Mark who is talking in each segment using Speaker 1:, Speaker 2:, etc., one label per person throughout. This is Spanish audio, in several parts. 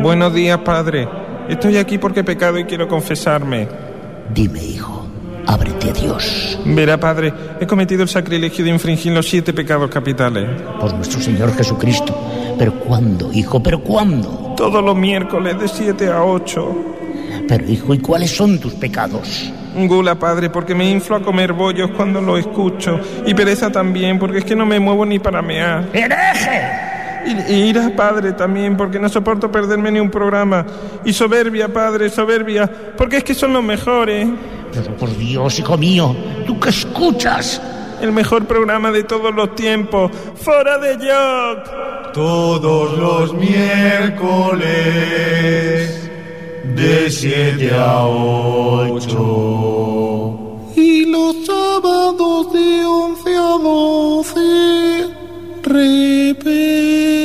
Speaker 1: Buenos días, padre. Estoy aquí porque he pecado y quiero confesarme.
Speaker 2: Dime, hijo, ábrete a Dios.
Speaker 1: Verá, padre, he cometido el sacrilegio de infringir los siete pecados capitales.
Speaker 2: Por nuestro Señor Jesucristo. ¿Pero cuándo, hijo? ¿Pero cuándo?
Speaker 1: Todos los miércoles de 7 a 8.
Speaker 2: Pero, hijo, ¿y cuáles son tus pecados?
Speaker 1: Gula, padre, porque me inflo a comer bollos cuando lo escucho. Y pereza también, porque es que no me muevo ni para mear.
Speaker 2: ¡Hereje!
Speaker 1: Y, y ira, padre, también, porque no soporto perderme ni un programa. Y soberbia, padre, soberbia, porque es que son los mejores.
Speaker 2: Pero por Dios, hijo mío, ¿tú qué escuchas?
Speaker 1: El mejor programa de todos los tiempos. ¡Fuera de York!
Speaker 3: Todos los miércoles de 7 a 8.
Speaker 4: Y los sábados de 11 a 12, repetición.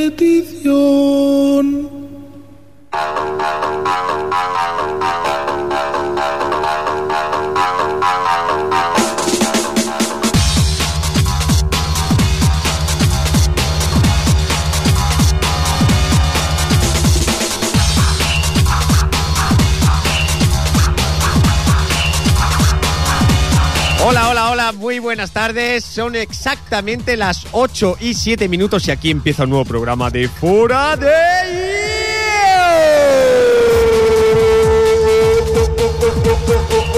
Speaker 5: Hola, hola, hola, muy buenas tardes. Son exactamente las 8 y 7 minutos y aquí empieza un nuevo programa de Fuera de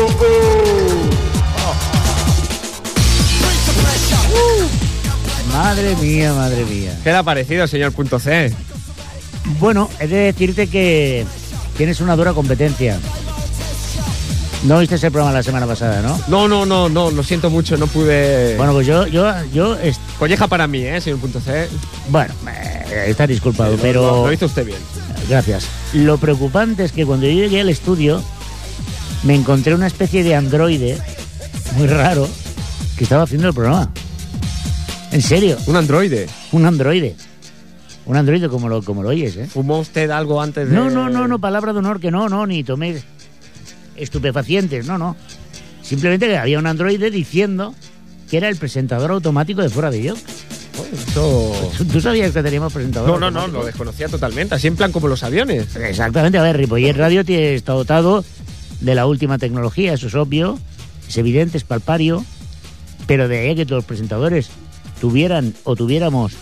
Speaker 5: Hierro.
Speaker 2: Madre mía, madre mía.
Speaker 5: ¿Qué le ha parecido, señor punto C?
Speaker 2: Bueno, he de decirte que tienes una dura competencia. No viste ese programa la semana pasada, ¿no?
Speaker 5: No, no, no, no, lo siento mucho, no pude...
Speaker 2: Bueno, pues yo, yo, yo, est-
Speaker 5: Colleja para mí, ¿eh, señor punto C?
Speaker 2: bueno, eh, está disculpado,
Speaker 5: Lo-
Speaker 2: pero...
Speaker 5: Lo, lo hizo usted bien.
Speaker 2: Gracias. Lo preocupante es que cuando yo llegué al estudio me encontré una especie de androide muy raro que estaba haciendo el programa. En serio,
Speaker 5: Un androide.
Speaker 2: un androide. Un androide como lo, como lo oyes, ¿eh?
Speaker 5: ¿Fumó usted algo antes de...?
Speaker 2: No, no, no, no, palabra de honor que no, no, ni tomé estupefacientes, no, no. Simplemente que había un androide diciendo que era el presentador automático de Fuera de Yo.
Speaker 5: Oh, eso-
Speaker 2: ¿Tú sabías que teníamos presentador?
Speaker 5: No, no, no,
Speaker 2: automático?
Speaker 5: lo desconocía totalmente. Así en plan como los aviones.
Speaker 2: Exactamente, a ver, Ripollet Radio tiene- está dotado de la última tecnología, eso es obvio, es evidente, es palpario, pero de ahí a que todos los presentadores tuvieran o tuviéramos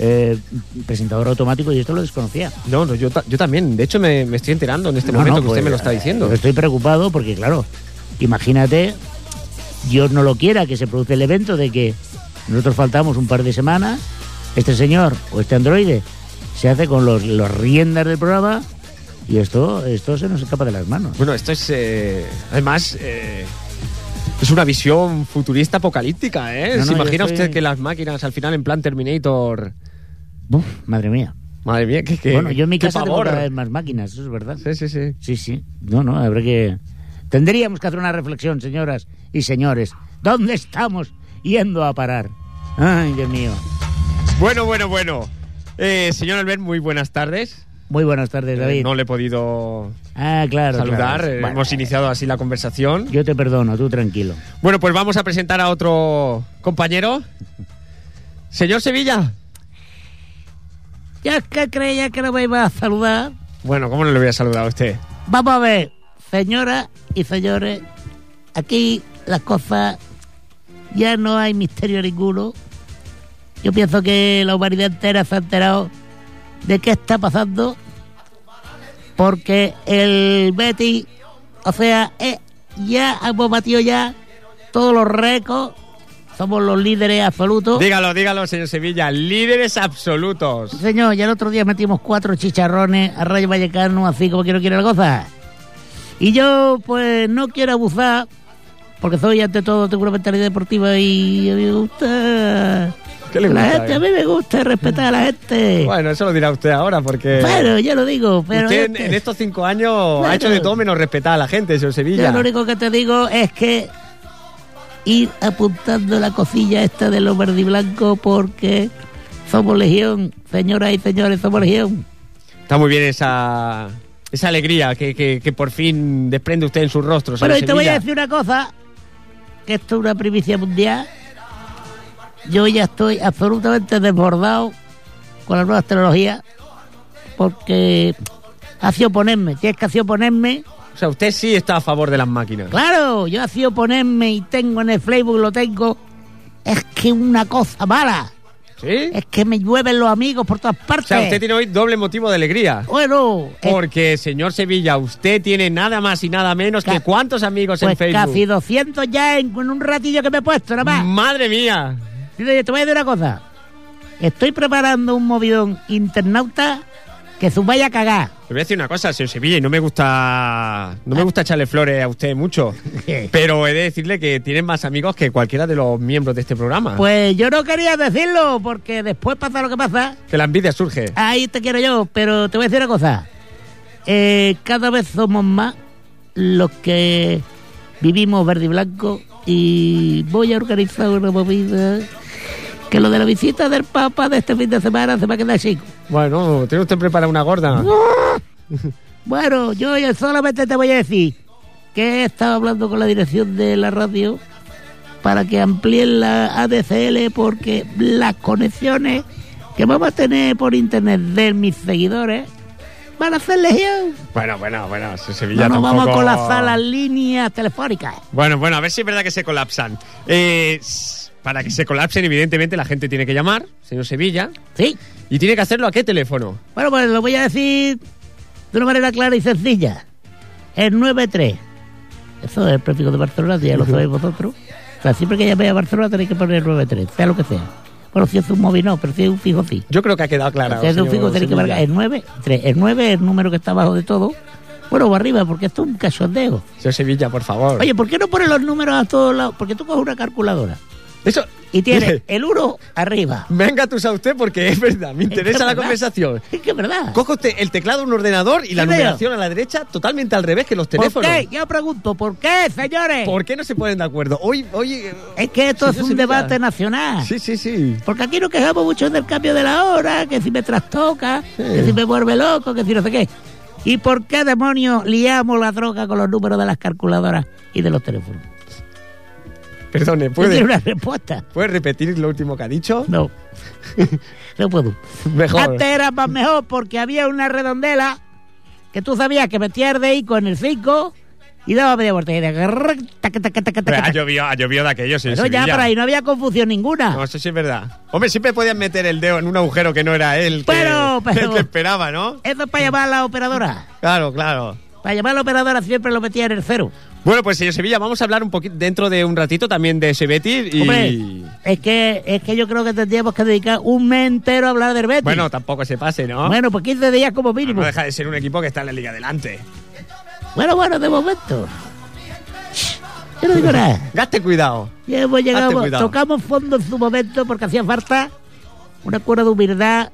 Speaker 2: eh, presentador automático, y esto lo desconocía.
Speaker 5: No, no, yo, ta- yo también. De hecho, me, me estoy enterando en este
Speaker 2: No,
Speaker 5: momento
Speaker 2: no,
Speaker 5: que
Speaker 2: pues,
Speaker 5: usted me lo está
Speaker 2: eh,
Speaker 5: diciendo.
Speaker 2: yo Estoy preocupado porque, claro, imagínate, Dios no lo quiera, que se produce el evento de que nosotros faltamos un par de semanas, este señor o este androide se hace con los, los riendas del programa y esto, esto se nos escapa de las manos.
Speaker 5: Bueno, esto es. eh, además, eh, es una visión futurista apocalíptica, ¿eh?
Speaker 2: No,
Speaker 5: ¿Se
Speaker 2: no, yo
Speaker 5: imagina
Speaker 2: estoy-
Speaker 5: usted que las máquinas al final en plan Terminator.
Speaker 2: Uf, madre mía.
Speaker 5: Madre mía, que. que-
Speaker 2: bueno, yo en mi
Speaker 5: qué
Speaker 2: casa tengo
Speaker 5: pavor.
Speaker 2: cada vez más máquinas, eso es verdad.
Speaker 5: Sí, sí, sí.
Speaker 2: Sí, sí. No, no, habrá que... Tendríamos que hacer una reflexión, señoras y señores. ¿Dónde estamos yendo a parar? Ay, Dios mío.
Speaker 5: Bueno, bueno, bueno. Eh, señor Albert, muy buenas tardes.
Speaker 2: Muy buenas tardes,
Speaker 5: Eh,
Speaker 2: David.
Speaker 5: no le he podido
Speaker 2: Ah, claro.
Speaker 5: saludar.
Speaker 2: claro.
Speaker 5: eh,
Speaker 2: Bueno,
Speaker 5: Hemos iniciado así la conversación.
Speaker 2: Yo te perdono, tú tranquilo.
Speaker 5: Bueno, pues vamos a presentar a otro compañero. Señor Sevilla.
Speaker 2: Ya es que creía que no me iba a saludar.
Speaker 5: Bueno, ¿cómo no le voy a saludar a usted?
Speaker 2: Vamos a ver, señoras y señores, aquí las cosas ya no hay misterio ninguno. Yo pienso que la humanidad entera se ha enterado de qué está pasando, porque el Betty, o sea, eh, ya hemos batido ya todos los récords, somos los líderes absolutos.
Speaker 5: Dígalo, dígalo, señor Sevilla. Líderes absolutos.
Speaker 2: Señor, ya el otro día metimos cuatro chicharrones a Rayo Vallecano, así como quiero quiero la cosa. Y yo, pues, no quiero abusar, porque soy, ante todo, tengo una mentalidad deportiva y a mí me gusta...
Speaker 5: ¿Qué le
Speaker 2: la
Speaker 5: gusta,
Speaker 2: gente,
Speaker 5: eh?
Speaker 2: a mí me gusta respetar a la gente. Bueno,
Speaker 5: Bueno, eso lo dirá usted ahora, porque.
Speaker 2: yo lo digo, pero...
Speaker 5: usted en,
Speaker 2: este-
Speaker 5: en estos cinco años
Speaker 2: Claro.
Speaker 5: ha hecho de todo menos respetar a la gente, señor Sevilla.
Speaker 2: Yo lo único que te digo es que ir apuntando la cosilla esta de los verde y blanco porque somos legión, señoras y señores, somos legión.
Speaker 5: Está muy bien esa. Esa alegría que, que- que por fin desprende usted en su rostro. señor
Speaker 2: Bueno, y te voy a
Speaker 5: Sevilla.
Speaker 2: decir una cosa, que esto es una primicia mundial. Yo ya estoy absolutamente desbordado con las nuevas tecnologías. porque hacía oponerme. Tienes que hacía oponerme.
Speaker 5: O sea, usted sí está a favor de las máquinas.
Speaker 2: Claro, yo hacía oponerme y tengo en el Facebook, lo tengo. Es que una cosa mala.
Speaker 5: ¿Sí?
Speaker 2: Es que me llueven los amigos por todas partes.
Speaker 5: O sea, usted tiene hoy doble motivo de alegría.
Speaker 2: Bueno, es-
Speaker 5: Porque, señor Sevilla, usted tiene nada más y nada menos
Speaker 2: Ca-
Speaker 5: que cuántos amigos en
Speaker 2: pues
Speaker 5: Facebook.
Speaker 2: casi 200 ya en, en un ratillo que me he puesto, nada más.
Speaker 5: Madre mía.
Speaker 2: Dice, Te voy a decir una cosa. Estoy preparando un movidón internauta que zumbáis a cagar.
Speaker 5: Le voy a decir una cosa, señor Sevilla, y no me gusta. No me gusta echarle flores a usted mucho. pero he de decirle que tiene más amigos que cualquiera de los miembros de este programa.
Speaker 2: Pues yo no quería decirlo, porque después pasa lo que pasa.
Speaker 5: que la envidia surge.
Speaker 2: Ahí te quiero yo, pero te voy a decir una cosa. Eh, cada vez somos más los que vivimos verde y blanco y voy a organizar una movida que lo de la visita del Papa de este fin de semana se va a quedar chico.
Speaker 5: Bueno, tiene usted preparada una gorda.
Speaker 2: Bueno, yo ya solamente te voy a decir que he estado hablando con la dirección de la radio para que amplíen la ADCL porque las conexiones que vamos a tener por internet de mis seguidores van a ser legión.
Speaker 5: Bueno, bueno, bueno, señor Sevilla.
Speaker 2: No nos vamos a
Speaker 5: tampoco-
Speaker 2: colapsar las líneas telefónicas.
Speaker 5: Bueno, bueno, a ver si es verdad que se colapsan. Eh, s- para que se colapsen, evidentemente, la gente tiene que llamar, señor Sevilla.
Speaker 2: Sí.
Speaker 5: ¿Y tiene que hacerlo a qué teléfono?
Speaker 2: Bueno, pues lo voy a decir de una manera clara y sencilla. El 9-3. Eso es el prefijo de Barcelona, ya lo sabéis vosotros. O sea, siempre que llaméis a Barcelona tenéis que poner 9-3, sea lo que sea. Bueno, si es un móvil no, pero si es un fijo sí.
Speaker 5: Yo creo que ha quedado claro.
Speaker 2: si Pues es un
Speaker 5: señor
Speaker 2: fijo tenéis que
Speaker 5: Sevilla.
Speaker 2: marcar el 9-3. El 9 es el número que está abajo de todo. Bueno, o arriba, porque esto es un cachondeo.
Speaker 5: Señor Sevilla, por favor.
Speaker 2: Oye, ¿por qué no pones los números a todos lados? Porque tú coges una calculadora
Speaker 5: eso.
Speaker 2: y tienes el 1 arriba.
Speaker 5: Venga, tú a usted porque es verdad, me interesa la
Speaker 2: ¿Verdad?
Speaker 5: conversación.
Speaker 2: Es que es verdad.
Speaker 5: Coge usted el teclado de un ordenador y la
Speaker 2: Sí, veo.
Speaker 5: numeración a la derecha totalmente al revés que los
Speaker 2: ¿Por
Speaker 5: teléfonos.
Speaker 2: qué? Yo pregunto, ¿por qué, señores?
Speaker 5: ¿Por qué no se ponen de acuerdo? Hoy, hoy. eh,
Speaker 2: Es que esto
Speaker 5: Sí,
Speaker 2: es
Speaker 5: sí,
Speaker 2: un
Speaker 5: sí,
Speaker 2: debate
Speaker 5: mira.
Speaker 2: nacional.
Speaker 5: Sí, sí, sí.
Speaker 2: Porque aquí nos quejamos mucho del cambio de la hora, que si me trastoca, que si me vuelve loco, que si no sé qué. ¿Y por qué demonios liamos la droga con los números de las calculadoras y de los teléfonos?
Speaker 5: Perdone,
Speaker 2: ¿Puede?
Speaker 5: ¿puede,
Speaker 2: tiene una respuesta?
Speaker 5: ¿puede repetir lo último que ha dicho?
Speaker 2: No. no puedo.
Speaker 5: Mejor.
Speaker 2: Antes era más mejor porque había una redondela que tú sabías que metías el dedico en el 5 y daba media vuelta. Y era grrr, taca, taca, taca, taca,
Speaker 5: Ha
Speaker 2: taca.
Speaker 5: llovido, ha llovido de aquello, señor
Speaker 2: Pero ya
Speaker 5: Sevilla.
Speaker 2: por ahí no había confusión ninguna.
Speaker 5: No, eso sí es verdad. Hombre, siempre podían meter el dedo en un agujero que no era él. que-
Speaker 2: Pero, pero-
Speaker 5: el que esperaba, ¿no?
Speaker 2: Eso es para llamar a la operadora.
Speaker 5: Claro, claro.
Speaker 2: Para llamar a la operadora siempre lo metía en el cero.
Speaker 5: Bueno, pues señor Sevilla, vamos a hablar un poquito dentro de un ratito también de ese Betis y...
Speaker 2: Hombre, es que, es que yo creo que tendríamos que dedicar un mes entero a hablar del Betis.
Speaker 5: Bueno, tampoco se pase, ¿no?
Speaker 2: Bueno, pues 15 días como mínimo.
Speaker 5: Ah, No deja de ser un equipo que está en la liga delante.
Speaker 2: Bueno, bueno, de momento. Yo no digo nada.
Speaker 5: Gaste cuidado.
Speaker 2: Ya hemos
Speaker 5: Hazte
Speaker 2: llegado,
Speaker 5: cuidado.
Speaker 2: tocamos fondo en su momento porque hacía falta una cuerda de humildad.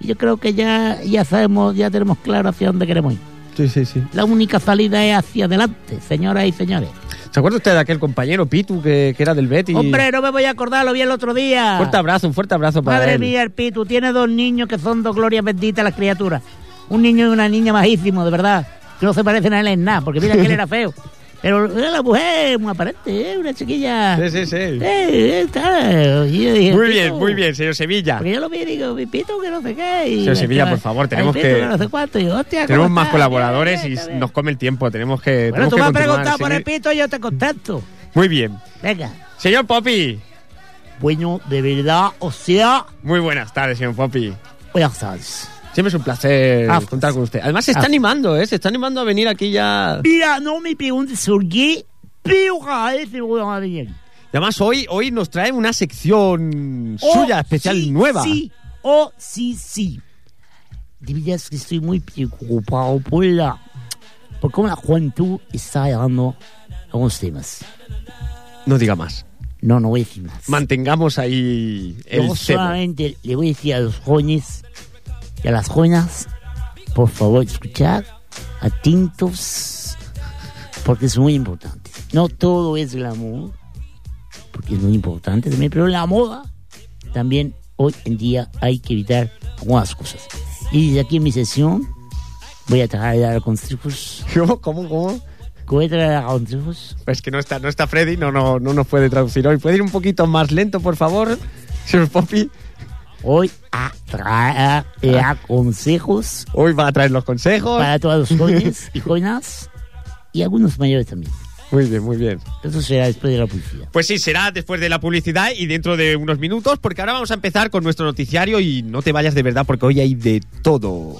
Speaker 2: Y yo creo que ya, ya sabemos, ya tenemos claro hacia dónde queremos ir.
Speaker 5: Sí, sí, sí.
Speaker 2: La única salida es hacia adelante, señoras y señores.
Speaker 5: ¿Se acuerda usted de aquel compañero Pitu que, que era del Betis?
Speaker 2: Hombre, no me voy a acordar, lo vi el otro día.
Speaker 5: Fuerte abrazo, un fuerte abrazo para
Speaker 2: Madre
Speaker 5: él.
Speaker 2: mía, el Pitu tiene dos niños que son dos glorias benditas las criaturas. Un niño y una niña majísimos, de verdad. Que no se parecen a él en nada, porque mira que él era feo. Pero era la mujer, muy aparente, ¿eh? una chiquilla.
Speaker 5: Sí, sí, sí.
Speaker 2: Eh, eh, tal. Y yo dije,
Speaker 5: Muy
Speaker 2: "Pitu".
Speaker 5: bien, muy bien, señor Sevilla.
Speaker 2: Porque yo lo vi y digo, mi Pitu que no sé qué. Y
Speaker 5: Señor Sevilla,
Speaker 2: estaba,
Speaker 5: por favor,
Speaker 2: "Ay,
Speaker 5: tenemos
Speaker 2: Pitu,
Speaker 5: que-
Speaker 2: no sé cuánto. Y yo, "Hostia, ¿cómo
Speaker 5: Tenemos más
Speaker 2: estás?
Speaker 5: colaboradores
Speaker 2: Bien, bien,
Speaker 5: y
Speaker 2: está bien".
Speaker 5: nos come el tiempo. Tenemos que.
Speaker 2: Bueno,
Speaker 5: tenemos
Speaker 2: tú
Speaker 5: que
Speaker 2: me has
Speaker 5: continuar,
Speaker 2: preguntado por el
Speaker 5: seguir.
Speaker 2: Pitu y yo te contacto.
Speaker 5: Muy bien.
Speaker 2: Venga.
Speaker 5: Señor Poppy.
Speaker 2: Bueno, de verdad, o sea,
Speaker 5: Muy buenas tardes, señor Poppy.
Speaker 2: ya sabes.
Speaker 5: Siempre es un placer
Speaker 2: Ah,
Speaker 5: contar con usted. Además, se está
Speaker 2: ah.
Speaker 5: animando, ¿eh? Se está animando a venir aquí ya. Y
Speaker 2: Mira, no me preguntes sur qué, pero cada vez me voy a venir.
Speaker 5: además, hoy, hoy nos trae una sección suya especial
Speaker 2: Oh, sí,
Speaker 5: nueva.
Speaker 2: Sí, oh, sí, sí. De verdad es que estoy muy preocupado por la. por cómo la juventud está llegando a algunos temas.
Speaker 5: No diga más.
Speaker 2: No, no voy a decir más.
Speaker 5: Mantengamos ahí el
Speaker 2: Yo
Speaker 5: tema.
Speaker 2: solamente le voy a decir a los jóvenes y a las jóvenes, por favor, escuchar atentos, porque es muy importante. No todo es glamour, porque es muy importante también, pero la moda también hoy en día hay que evitar algunas cosas. Y desde aquí en mi sesión voy a tratar de dar consejos,
Speaker 5: ¿Cómo, cómo, cómo?
Speaker 2: voy a tratar de dar consejos.
Speaker 5: Pues que no está, no está Freddy, no, no, no nos puede traducir hoy. ¿Puede ir un poquito más lento, por favor, señor Poppy?
Speaker 2: Hoy atraerá consejos
Speaker 5: Hoy va a traer los consejos.
Speaker 2: para todos los jóvenes y jóvenes y algunos mayores también.
Speaker 5: Muy bien, muy bien.
Speaker 2: Eso será después de la publicidad.
Speaker 5: Pues sí, será después de la publicidad y dentro de unos minutos, porque ahora vamos a empezar con nuestro noticiario y no te vayas de verdad porque hoy hay de todo.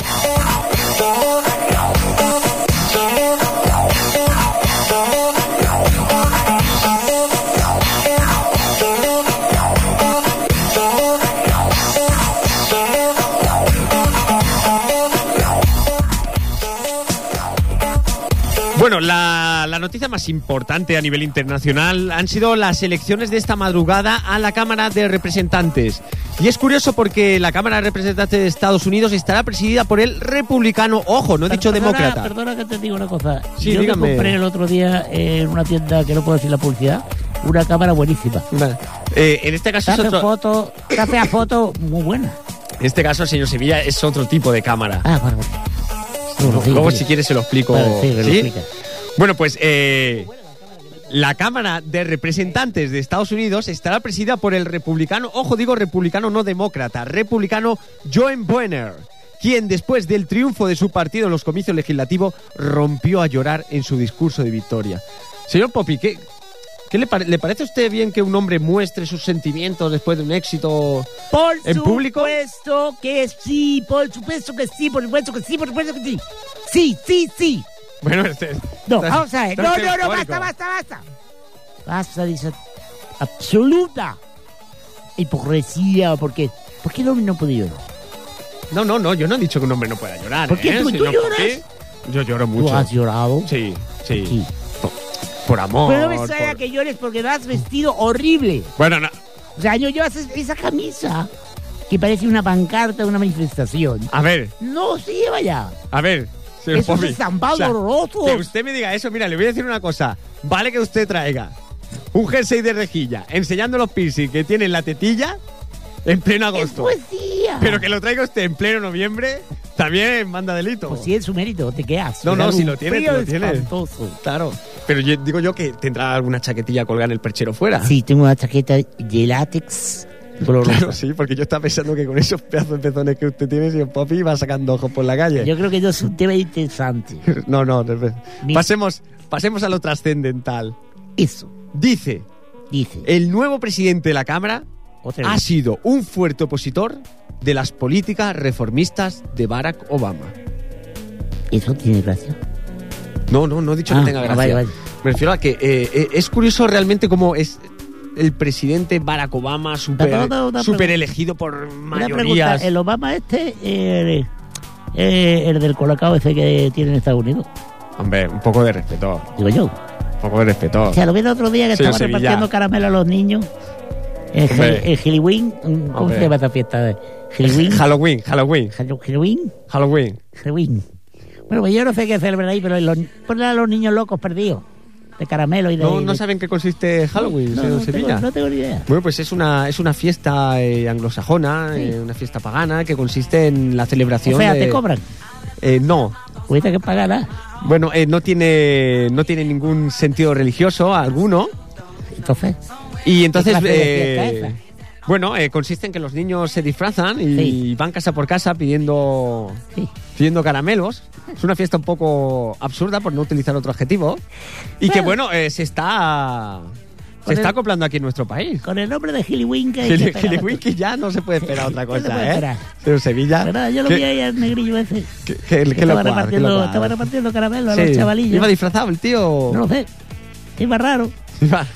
Speaker 5: Bueno, la, la noticia más importante a nivel internacional han sido las elecciones de esta madrugada a la Cámara de Representantes. Y es curioso porque la Cámara de Representantes de Estados Unidos estará presidida por el republicano, ojo, no he dicho
Speaker 2: Perdona,
Speaker 5: demócrata.
Speaker 2: Perdona que te diga una cosa.
Speaker 5: Sí,
Speaker 2: Yo que
Speaker 5: dígame.
Speaker 2: compré el otro día en una tienda que no puedo decir la publicidad, una cámara buenísima.
Speaker 5: Vale. Eh, en este caso es
Speaker 2: Hace
Speaker 5: otro,
Speaker 2: fotos, hace a fotos muy buenas.
Speaker 5: en este caso, señor Sevilla, es otro tipo de cámara.
Speaker 2: Ah, bueno.
Speaker 5: Luego, si quieres, se lo explico.
Speaker 2: Vale, sí, me lo
Speaker 5: ¿Sí?
Speaker 2: explica.
Speaker 5: Bueno, pues eh, la Cámara de Representantes de Estados Unidos estará presidida por el republicano, ojo digo republicano no demócrata, republicano Joan Boehner, quien después del triunfo de su partido en los comicios legislativos rompió a llorar en su discurso de victoria. Señor Popi, ¿qué, qué le, pare- le parece a usted bien que un hombre muestre sus sentimientos después de un éxito?
Speaker 2: Por
Speaker 5: ¿En público?
Speaker 2: supuesto que sí, por supuesto que sí, por supuesto que sí, por supuesto que sí. Sí, sí, sí.
Speaker 5: Bueno, este-
Speaker 2: No,
Speaker 5: está-
Speaker 2: vamos a ver.
Speaker 5: está
Speaker 2: No,
Speaker 5: usted
Speaker 2: no, no,
Speaker 5: eufórico.
Speaker 2: basta, basta, basta. Basta de esa absoluta hipocresía, porque ¿por qué el hombre no puede llorar?
Speaker 5: No, no, no, yo no he dicho que un hombre no pueda llorar.
Speaker 2: ¿Por qué
Speaker 5: ¿eh,
Speaker 2: tú- tú
Speaker 5: señor
Speaker 2: lloras?
Speaker 5: Popi? Yo lloro
Speaker 2: ¿Tú
Speaker 5: mucho.
Speaker 2: has llorado?
Speaker 5: Sí, sí.
Speaker 2: Sí.
Speaker 5: Por amor.
Speaker 2: Pero no me salga
Speaker 5: por-
Speaker 2: que llores porque vas vestido horrible.
Speaker 5: Bueno, no.
Speaker 2: O sea, no llevas es- esa camisa que parece una pancarta de una manifestación.
Speaker 5: A ver,
Speaker 2: No se lleva ya.
Speaker 5: a ver. señor
Speaker 2: Eso es
Speaker 5: Popi.
Speaker 2: estampado
Speaker 5: O sea,
Speaker 2: horroroso.
Speaker 5: Que usted me diga eso, mira, le voy a decir una cosa. Vale que usted traiga un jersey de rejilla enseñando los piercings que tiene en la tetilla en pleno
Speaker 2: Es pues-
Speaker 5: agosto.
Speaker 2: poesía.
Speaker 5: Pero que lo traiga usted en pleno noviembre también manda delito.
Speaker 2: Pues si es su mérito, te quedas.
Speaker 5: No, no,
Speaker 2: Era
Speaker 5: si
Speaker 2: un
Speaker 5: lo tienes,
Speaker 2: frío
Speaker 5: lo tienes.
Speaker 2: espantoso.
Speaker 5: Claro. Pero yo, digo yo que tendrá alguna chaquetilla colgada en el perchero fuera.
Speaker 2: Sí, tengo una chaqueta de látex color
Speaker 5: Ah. Claro,
Speaker 2: rosa.
Speaker 5: sí, porque yo estaba pensando que con esos pedazos de pezones que usted tiene, señor Poppy, va sacando ojos por la calle.
Speaker 2: Yo creo que eso es un tema interesante.
Speaker 5: No, no, no, no.
Speaker 2: Mi-
Speaker 5: pasemos, pasemos a lo trascendental.
Speaker 2: Eso,
Speaker 5: Dice,
Speaker 2: dice.
Speaker 5: el nuevo presidente de la Cámara
Speaker 2: Otra
Speaker 5: ha
Speaker 2: vez.
Speaker 5: sido un fuerte opositor de las políticas reformistas de Barack Obama.
Speaker 2: Eso tiene gracia.
Speaker 5: No, no, no he dicho
Speaker 2: Ah,
Speaker 5: que tenga
Speaker 2: ah,
Speaker 5: gracia.
Speaker 2: vale, vale.
Speaker 5: Me refiero a que eh, eh, es curioso realmente cómo es el presidente Barack Obama
Speaker 2: Pero,
Speaker 5: super,
Speaker 2: pero, pero,
Speaker 5: super elegido por
Speaker 2: Una pregunta,
Speaker 5: mayorías.
Speaker 2: el Obama este, eh, eh, el del colacao ese que tiene en Estados Unidos,
Speaker 5: Hombre, un poco de respeto,
Speaker 2: digo yo.
Speaker 5: un poco de respeto.
Speaker 2: O sea, lo vi el otro día que
Speaker 5: Señor
Speaker 2: estaba
Speaker 5: Sevilla.
Speaker 2: repartiendo caramelo a los niños. El,
Speaker 5: Hombre.
Speaker 2: Hel- el Halloween, ¿cómo
Speaker 5: Hombre.
Speaker 2: se llama esta fiesta? Halloween.
Speaker 5: Halloween, Halloween,
Speaker 2: Hallo- Halloween.
Speaker 5: Halloween.
Speaker 2: Halloween. Bueno, pues yo no sé qué celebrar ahí, pero los, ponle a los niños locos perdidos. De caramelo y de.
Speaker 5: No, no
Speaker 2: de-
Speaker 5: saben qué consiste Halloween,
Speaker 2: No,
Speaker 5: señor
Speaker 2: no
Speaker 5: Sevilla.
Speaker 2: tengo, no tengo ni idea.
Speaker 5: Bueno, pues es una, es una fiesta eh, anglosajona,
Speaker 2: Sí.
Speaker 5: eh, una fiesta pagana que consiste en la celebración
Speaker 2: O sea,
Speaker 5: de...
Speaker 2: te cobran.
Speaker 5: Eh, no.
Speaker 2: Ahorita que pagar, ¿ah?
Speaker 5: Bueno, eh, no, tiene, no tiene ningún sentido religioso alguno.
Speaker 2: Entonces,
Speaker 5: Y entonces...
Speaker 2: clase de
Speaker 5: eh,
Speaker 2: fiesta es
Speaker 5: bueno, eh, consiste en que los niños se disfrazan y
Speaker 2: Sí.
Speaker 5: van casa por casa pidiendo,
Speaker 2: sí.
Speaker 5: pidiendo caramelos. Es una fiesta un poco absurda, por no utilizar otro adjetivo. Y que, bueno, eh, se está... Se
Speaker 2: Con
Speaker 5: está
Speaker 2: el-
Speaker 5: acoplando aquí en nuestro país.
Speaker 2: Con el nombre de Halloween que.
Speaker 5: Gili-
Speaker 2: que pegaba tú.
Speaker 5: Giliwiki ya no se puede esperar otra
Speaker 2: No se
Speaker 5: cosa,
Speaker 2: puede
Speaker 5: ¿eh?
Speaker 2: esperar.
Speaker 5: Pero Sevilla.
Speaker 2: Pero nada, yo lo
Speaker 5: que-
Speaker 2: vi ahí al negrillo ese.
Speaker 5: que- que- que lo
Speaker 2: estaba,
Speaker 5: cuadra, que lo
Speaker 2: repartiendo,
Speaker 5: cuadra.
Speaker 2: estaba repartiendo caramelo a los
Speaker 5: ah. Sí,
Speaker 2: chavalillos.
Speaker 5: Iba disfrazado el tío.
Speaker 2: No lo sé. Iba raro.
Speaker 5: Iba-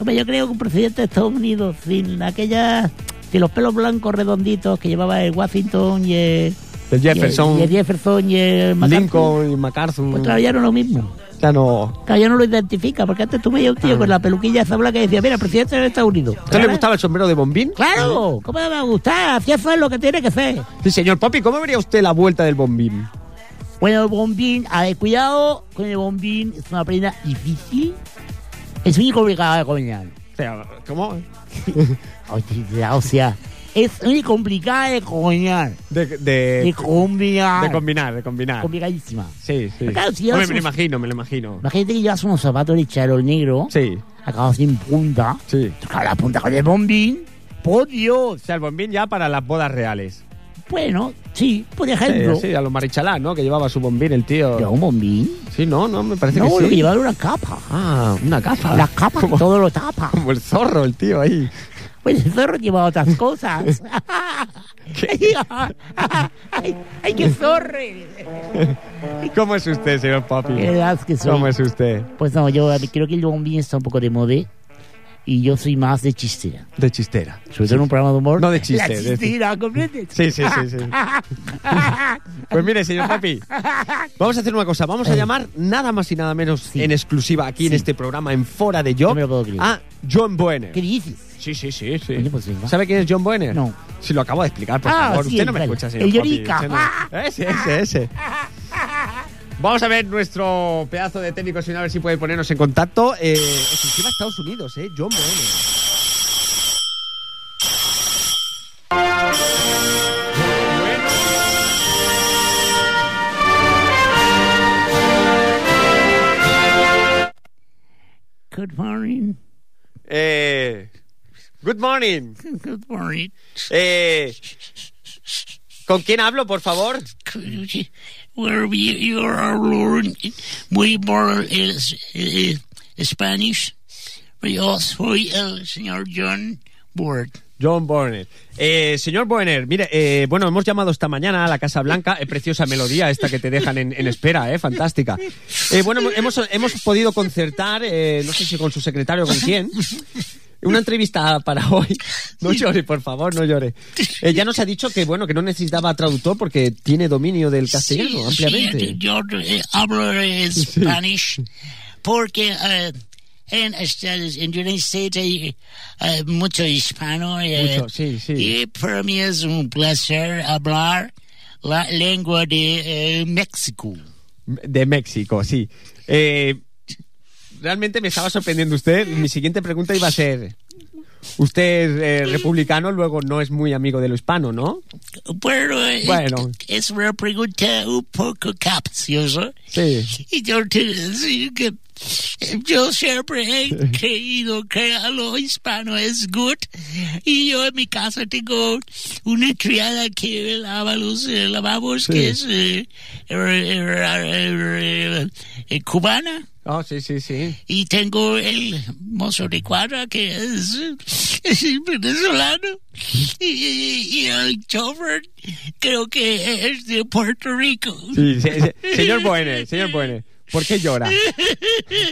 Speaker 2: Hombre, yo creo que un presidente de Estados Unidos sin aquella. Sin los pelos blancos redonditos que llevaba el Washington y el.
Speaker 5: el Jefferson,
Speaker 2: Y el Jefferson y el McCarthy.
Speaker 5: Lincoln y MacArthur.
Speaker 2: Pues claro, ya no es lo mismo.
Speaker 5: Ya no.
Speaker 2: Claro, ya no lo identifica, porque antes tú veías un tío con la peluquilla esa blanca y decía, mira, presidente de Estados Unidos.
Speaker 5: ¿A Ah. usted le
Speaker 2: Ahora,
Speaker 5: gustaba el sombrero de bombín?
Speaker 2: Claro, ¿cómo me va a gustar? Si eso es lo que tiene que ser.
Speaker 5: Sí, señor Poppy, ¿cómo vería usted la vuelta del bombín?
Speaker 2: Bueno, el bombín, a ver, cuidado con el bombín, es una prenda difícil. Es muy complicada de combinar.
Speaker 5: O sea, ¿cómo?
Speaker 2: O- O sea, es muy complicada de combinar.
Speaker 5: De, de,
Speaker 2: De combinar.
Speaker 5: Eh, de combinar, de combinar.
Speaker 2: Complicadísima.
Speaker 5: Sí, sí.
Speaker 2: Pero claro, si ya
Speaker 5: Hombre,
Speaker 2: somos-
Speaker 5: me lo imagino, me lo imagino.
Speaker 2: Imagínate que llevas unos zapatos de charol negro,
Speaker 5: Sí,
Speaker 2: acabados sin punta,
Speaker 5: sí.
Speaker 2: toca la punta con el bombín ¡Por Dios!
Speaker 5: ¡Oh, sea, el bombín ya para las bodas reales.
Speaker 2: Bueno, sí, por
Speaker 5: Sí,
Speaker 2: ejemplo.
Speaker 5: sí, a los marichalás, ¿no? Que llevaba su bombín el tío.
Speaker 2: Yo, un bombín.
Speaker 5: Sí, no, no, me parece
Speaker 2: No,
Speaker 5: que
Speaker 2: lo
Speaker 5: sí.
Speaker 2: que llevaba era una capa.
Speaker 5: Ah, una capa.
Speaker 2: La capa que
Speaker 5: Como,
Speaker 2: todo lo tapa.
Speaker 5: como el zorro, el tío ahí.
Speaker 2: Pues el zorro llevaba otras cosas. ay, ¡Ay, qué zorro!
Speaker 5: ¿Cómo es usted, señor papi?
Speaker 2: ¡Qué das que soy!
Speaker 5: ¿Cómo es usted?
Speaker 2: Pues no, yo a mí creo que el bombín está un poco de moda y yo soy más de chistera.
Speaker 5: De chistera.
Speaker 2: Sobre todo en un programa de humor.
Speaker 5: No de chiste,
Speaker 2: La
Speaker 5: de chiste.
Speaker 2: chistera, ¿comprendes?
Speaker 5: Sí, sí, sí, sí. Pues mire, señor Papi, vamos a hacer una cosa. Vamos a llamar nada más y nada menos
Speaker 2: Eh. Sí.
Speaker 5: en exclusiva aquí en
Speaker 2: Sí.
Speaker 5: este programa, en Fora de Job,
Speaker 2: No me lo puedo creer.
Speaker 5: a John Boehner.
Speaker 2: ¿Qué dices?
Speaker 5: Sí, sí, sí, sí.
Speaker 2: Oye, pues venga.
Speaker 5: ¿Sabe quién es John Boehner?
Speaker 2: No.
Speaker 5: Si lo acabo de explicar, por
Speaker 2: Ah,
Speaker 5: favor.
Speaker 2: sí,
Speaker 5: Usted no me
Speaker 2: vale.
Speaker 5: escucha, señor
Speaker 2: El
Speaker 5: Papi.
Speaker 2: llorica.
Speaker 5: Usted no-
Speaker 2: Ah.
Speaker 5: Ese, ese, ese. Vamos a ver nuestro pedazo de técnico sin a ver si puede ponernos en contacto. Eh, exclusiva a Estados Unidos, ¿eh? John Boehner.
Speaker 2: Good morning.
Speaker 5: Eh, good morning.
Speaker 2: Good morning.
Speaker 5: Eh, ¿Con quién hablo, por favor?
Speaker 2: Where you, you are learning muy more el, el, Spanish. Yo soy el señor John Ward.
Speaker 5: John Boehner. Eh, señor Boehner, mire, eh, bueno, hemos llamado esta mañana a la Casa Blanca. Eh, preciosa melodía esta que te dejan en, en espera, ¿eh? Fantástica. Eh, bueno, hemos, hemos podido concertar, eh, no sé si con su secretario o con quién, una entrevista para hoy. No llore, por favor, no llore. Eh, ya nos ha dicho que, bueno, que no necesitaba traductor porque tiene dominio del castellano ampliamente.
Speaker 2: Sí, yo eh, hablo eh, Spanish porque eh, en, Estados- en United States hay eh, mucho hispano. eh,
Speaker 5: Mucho, sí, sí.
Speaker 2: Y para mí es un placer hablar la lengua de eh, México.
Speaker 5: De México, sí. Eh, realmente me estaba sorprendiendo usted. Mi siguiente pregunta iba a ser... Usted eh, republicano, luego no es muy amigo de lo hispano, ¿no?
Speaker 2: Bueno, eh,
Speaker 5: Bueno.
Speaker 2: es una pregunta un poco capciosa.
Speaker 5: Sí.
Speaker 2: Y yo te decir que eh, yo siempre he creído que a lo hispano es good. Y yo en mi casa tengo una criada que lava los eh, lavabos,
Speaker 5: Sí.
Speaker 2: que es eh, er- er- er- eh, cubana.
Speaker 5: Oh, sí, sí, sí.
Speaker 2: Y tengo el mozo de cuadra que es, eh, venezolano. Y, y- y el chofer creo que es de Puerto Rico.
Speaker 5: Sí, se- se- señor Boehner, señor Boehner, ¿por qué llora?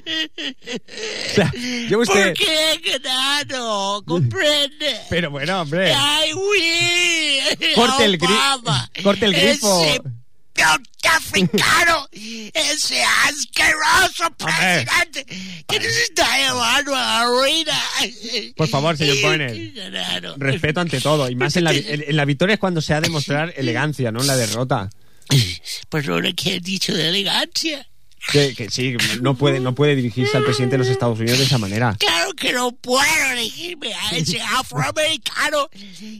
Speaker 5: O sea, yo usted...
Speaker 2: Porque he ganado, comprende.
Speaker 5: Pero bueno, hombre.
Speaker 2: Ay, güey.
Speaker 5: Corte el gri-
Speaker 2: Obama.
Speaker 5: corte el grifo.
Speaker 2: Ese puto africano, ese asqueroso presidente que nos está llevando a la ruina.
Speaker 5: Por favor, señor
Speaker 2: Y
Speaker 5: Boehner.
Speaker 2: he ganado.
Speaker 5: Respeto ante todo, y más en la, vi- en- en la victoria es cuando se ha de mostrar elegancia, ¿no? En la derrota.
Speaker 2: Perdona que he dicho de elegancia.
Speaker 5: Que, que sí, no puede, no puede dirigirse al presidente de los Estados Unidos de esa manera.
Speaker 2: Claro que no puedo elegirme a ese afroamericano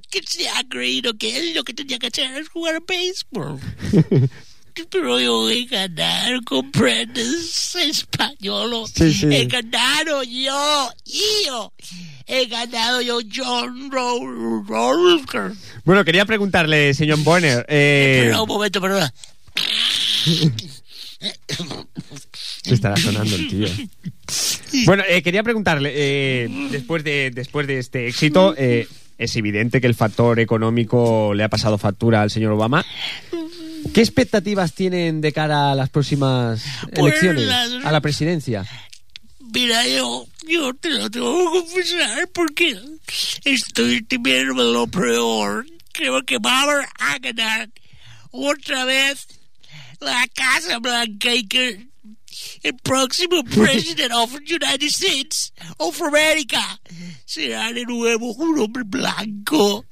Speaker 2: que se ha creído que él lo que tenía que hacer es jugar béisbol. Pero yo voy a ganar, comprendes, español.
Speaker 5: Sí, sí.
Speaker 2: He ganado yo, yo. He ganado yo, John Ro- Rolker.
Speaker 5: Bueno, quería preguntarle, señor Bonner. Eh,
Speaker 2: Pero un momento, perdona.
Speaker 5: se estará sonando el tío. Bueno, eh, quería preguntarle, eh, después, de, después de este éxito, eh, es evidente que el factor económico le ha pasado factura al señor Obama. ¿Qué expectativas tienen de cara a las próximas
Speaker 2: Pues
Speaker 5: elecciones,
Speaker 2: las-
Speaker 5: a la presidencia?
Speaker 2: Mira, yo, yo te lo tengo que confesar porque estoy temiendo lo peor. Creo que vamos a ganar otra vez la Casa Blanca y que el próximo presidente of the United States of America será de nuevo un hombre blanco,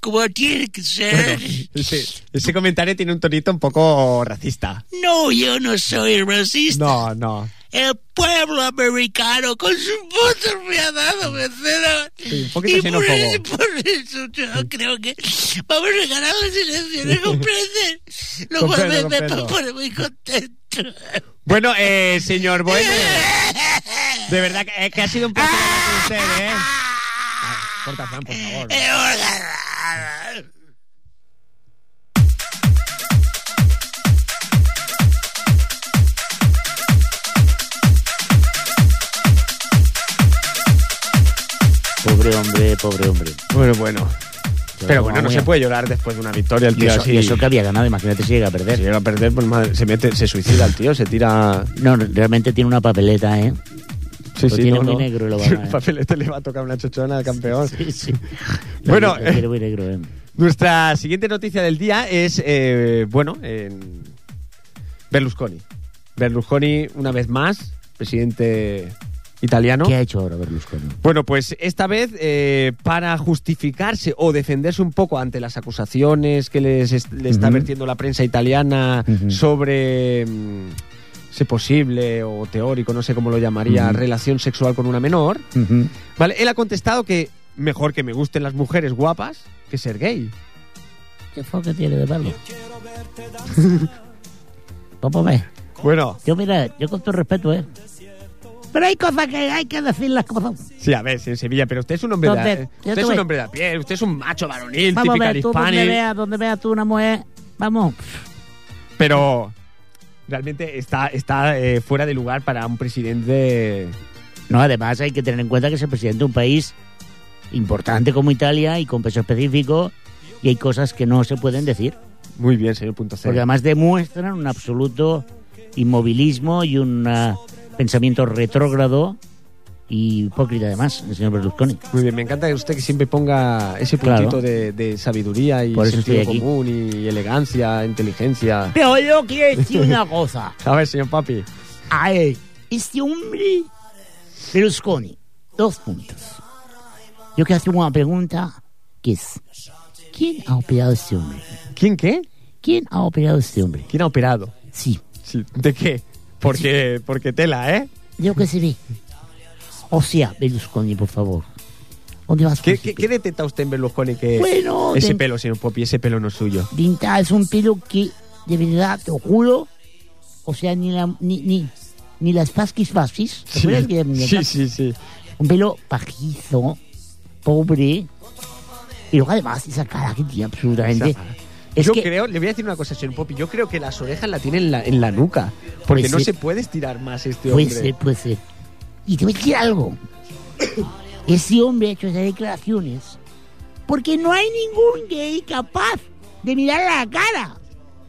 Speaker 2: como tiene que ser.
Speaker 5: Ese, ese comentario tiene un tonito un poco racista.
Speaker 2: No, yo no soy racista.
Speaker 5: No, no.
Speaker 2: el pueblo americano con su voto me ha dado vencedor.
Speaker 5: Sí, un poquito
Speaker 2: y por
Speaker 5: xenófobo.
Speaker 2: eso, por eso yo creo que vamos a ganar las elecciones, ¿comprenden? Lo cual me,
Speaker 5: Comprendo,
Speaker 2: me
Speaker 5: comprendo.
Speaker 2: pone muy contento.
Speaker 5: Bueno, eh, señor Boehner, de verdad que, eh, que ha sido un placer hablar con usted, ¿eh? Corta, Fran, por favor.
Speaker 2: Pobre hombre, pobre hombre.
Speaker 5: Bueno, bueno. Pero bueno, no
Speaker 2: Vamos,
Speaker 5: se
Speaker 2: mira.
Speaker 5: puede llorar después de una victoria el
Speaker 2: Y
Speaker 5: tío
Speaker 2: eso,
Speaker 5: así.
Speaker 2: y eso que había ganado, imagínate si llega a perder.
Speaker 5: Si llega a perder, pues madre, se mete, se suicida el tío, se tira.
Speaker 2: No, realmente tiene una papeleta, ¿eh?
Speaker 5: Sí,
Speaker 2: Lo tiene muy negro y lo va a
Speaker 5: El
Speaker 2: ganar.
Speaker 5: papelete le va a tocar una chochona al campeón.
Speaker 2: Sí, sí.
Speaker 5: Bueno,
Speaker 2: Lo quiere muy negro, ¿eh?
Speaker 5: Nuestra siguiente noticia del día es, eh, bueno, en Berlusconi. Berlusconi, una vez más, presidente italiano.
Speaker 2: ¿Qué ha hecho ahora Berlusconi?
Speaker 5: Bueno, pues esta vez eh, para justificarse o defenderse un poco ante las acusaciones que les est- le está
Speaker 2: Ujú.
Speaker 5: vertiendo la prensa italiana
Speaker 2: Ujú.
Speaker 5: sobre mm, ese posible o teórico, no sé cómo lo llamaría,
Speaker 2: Ujú.
Speaker 5: relación sexual con una menor, ¿vale? Él ha contestado que mejor que me gusten las mujeres guapas que ser gay.
Speaker 2: ¿Qué foco tiene de palo? Popo pues, ve.
Speaker 5: Bueno,
Speaker 2: Yo, mira, yo con todo respeto, ¿eh? Pero hay cosas que hay que decirlas como son.
Speaker 5: sí, a ver, sí, en Sevilla, pero usted es un hombre,
Speaker 2: Don
Speaker 5: de,
Speaker 2: Ted, yo
Speaker 5: usted
Speaker 2: te
Speaker 5: es un
Speaker 2: voy-
Speaker 5: hombre de a pie, usted es un macho varonil,
Speaker 2: Vamos a
Speaker 5: típica
Speaker 2: ver, tú donde
Speaker 5: hispanic,
Speaker 2: veas, donde veas tú una mujer, vamos,
Speaker 5: pero realmente está, está eh, fuera de lugar para un presidente...
Speaker 2: No, además hay que tener en cuenta que es el presidente de un país importante como Italia y con peso específico y hay cosas que no se pueden decir,
Speaker 5: Muy bien, señor punto C.
Speaker 2: porque además demuestran un absoluto inmovilismo y un ah, pensamiento retrógrado y hipócrita además, el señor Berlusconi.
Speaker 5: Muy bien, me encanta que usted que siempre ponga ese
Speaker 2: Claro.
Speaker 5: puntito de, de sabiduría y
Speaker 2: Por eso
Speaker 5: sentido
Speaker 2: estoy aquí.
Speaker 5: común y elegancia, inteligencia.
Speaker 2: Pero yo quiero decir una cosa.
Speaker 5: A ver, señor papi.
Speaker 2: A ver, este hombre Berlusconi, dos puntos. Yo quiero hacer una pregunta que es, ¿quién ha operado a este hombre?
Speaker 5: ¿Quién qué?
Speaker 2: ¿Quién ha operado a este hombre?
Speaker 5: ¿Quién ha operado?
Speaker 2: Sí,
Speaker 5: Sí, ¿De qué? Porque, porque tela, ¿eh?
Speaker 2: yo que se ve. O sea, Berlusconi, por favor. ¿Dónde vas con
Speaker 5: ¿Qué,
Speaker 2: ese
Speaker 5: qué, qué
Speaker 2: pelo?
Speaker 5: detecta usted en Berlusconi que
Speaker 2: Bueno,
Speaker 5: ese
Speaker 2: ten-
Speaker 5: pelo, señor Poppy, ese pelo no es suyo?
Speaker 2: Dinta es un pelo que, de verdad, te lo juro. O sea, ni, la, ni, ni, ni las pasquis pasquis. ¿Te acuerdas que era mi
Speaker 5: sí,
Speaker 2: muñeca?
Speaker 5: sí, sí.
Speaker 2: Un pelo pajizo, pobre. Y luego, además, esa cara que tiene absolutamente.
Speaker 5: Esa cara.
Speaker 2: Es
Speaker 5: yo
Speaker 2: que,
Speaker 5: creo, le voy a decir una cosa, señor Poppy, yo creo que las orejas la tienen en la, en la nuca, porque
Speaker 2: Pues
Speaker 5: no
Speaker 2: sí. Pues
Speaker 5: se puede estirar más este
Speaker 2: puede
Speaker 5: hombre.
Speaker 2: ser, puede ser. Y te voy a decir algo. Ese hombre ha hecho esas declaraciones porque no hay ningún gay capaz de mirar la cara.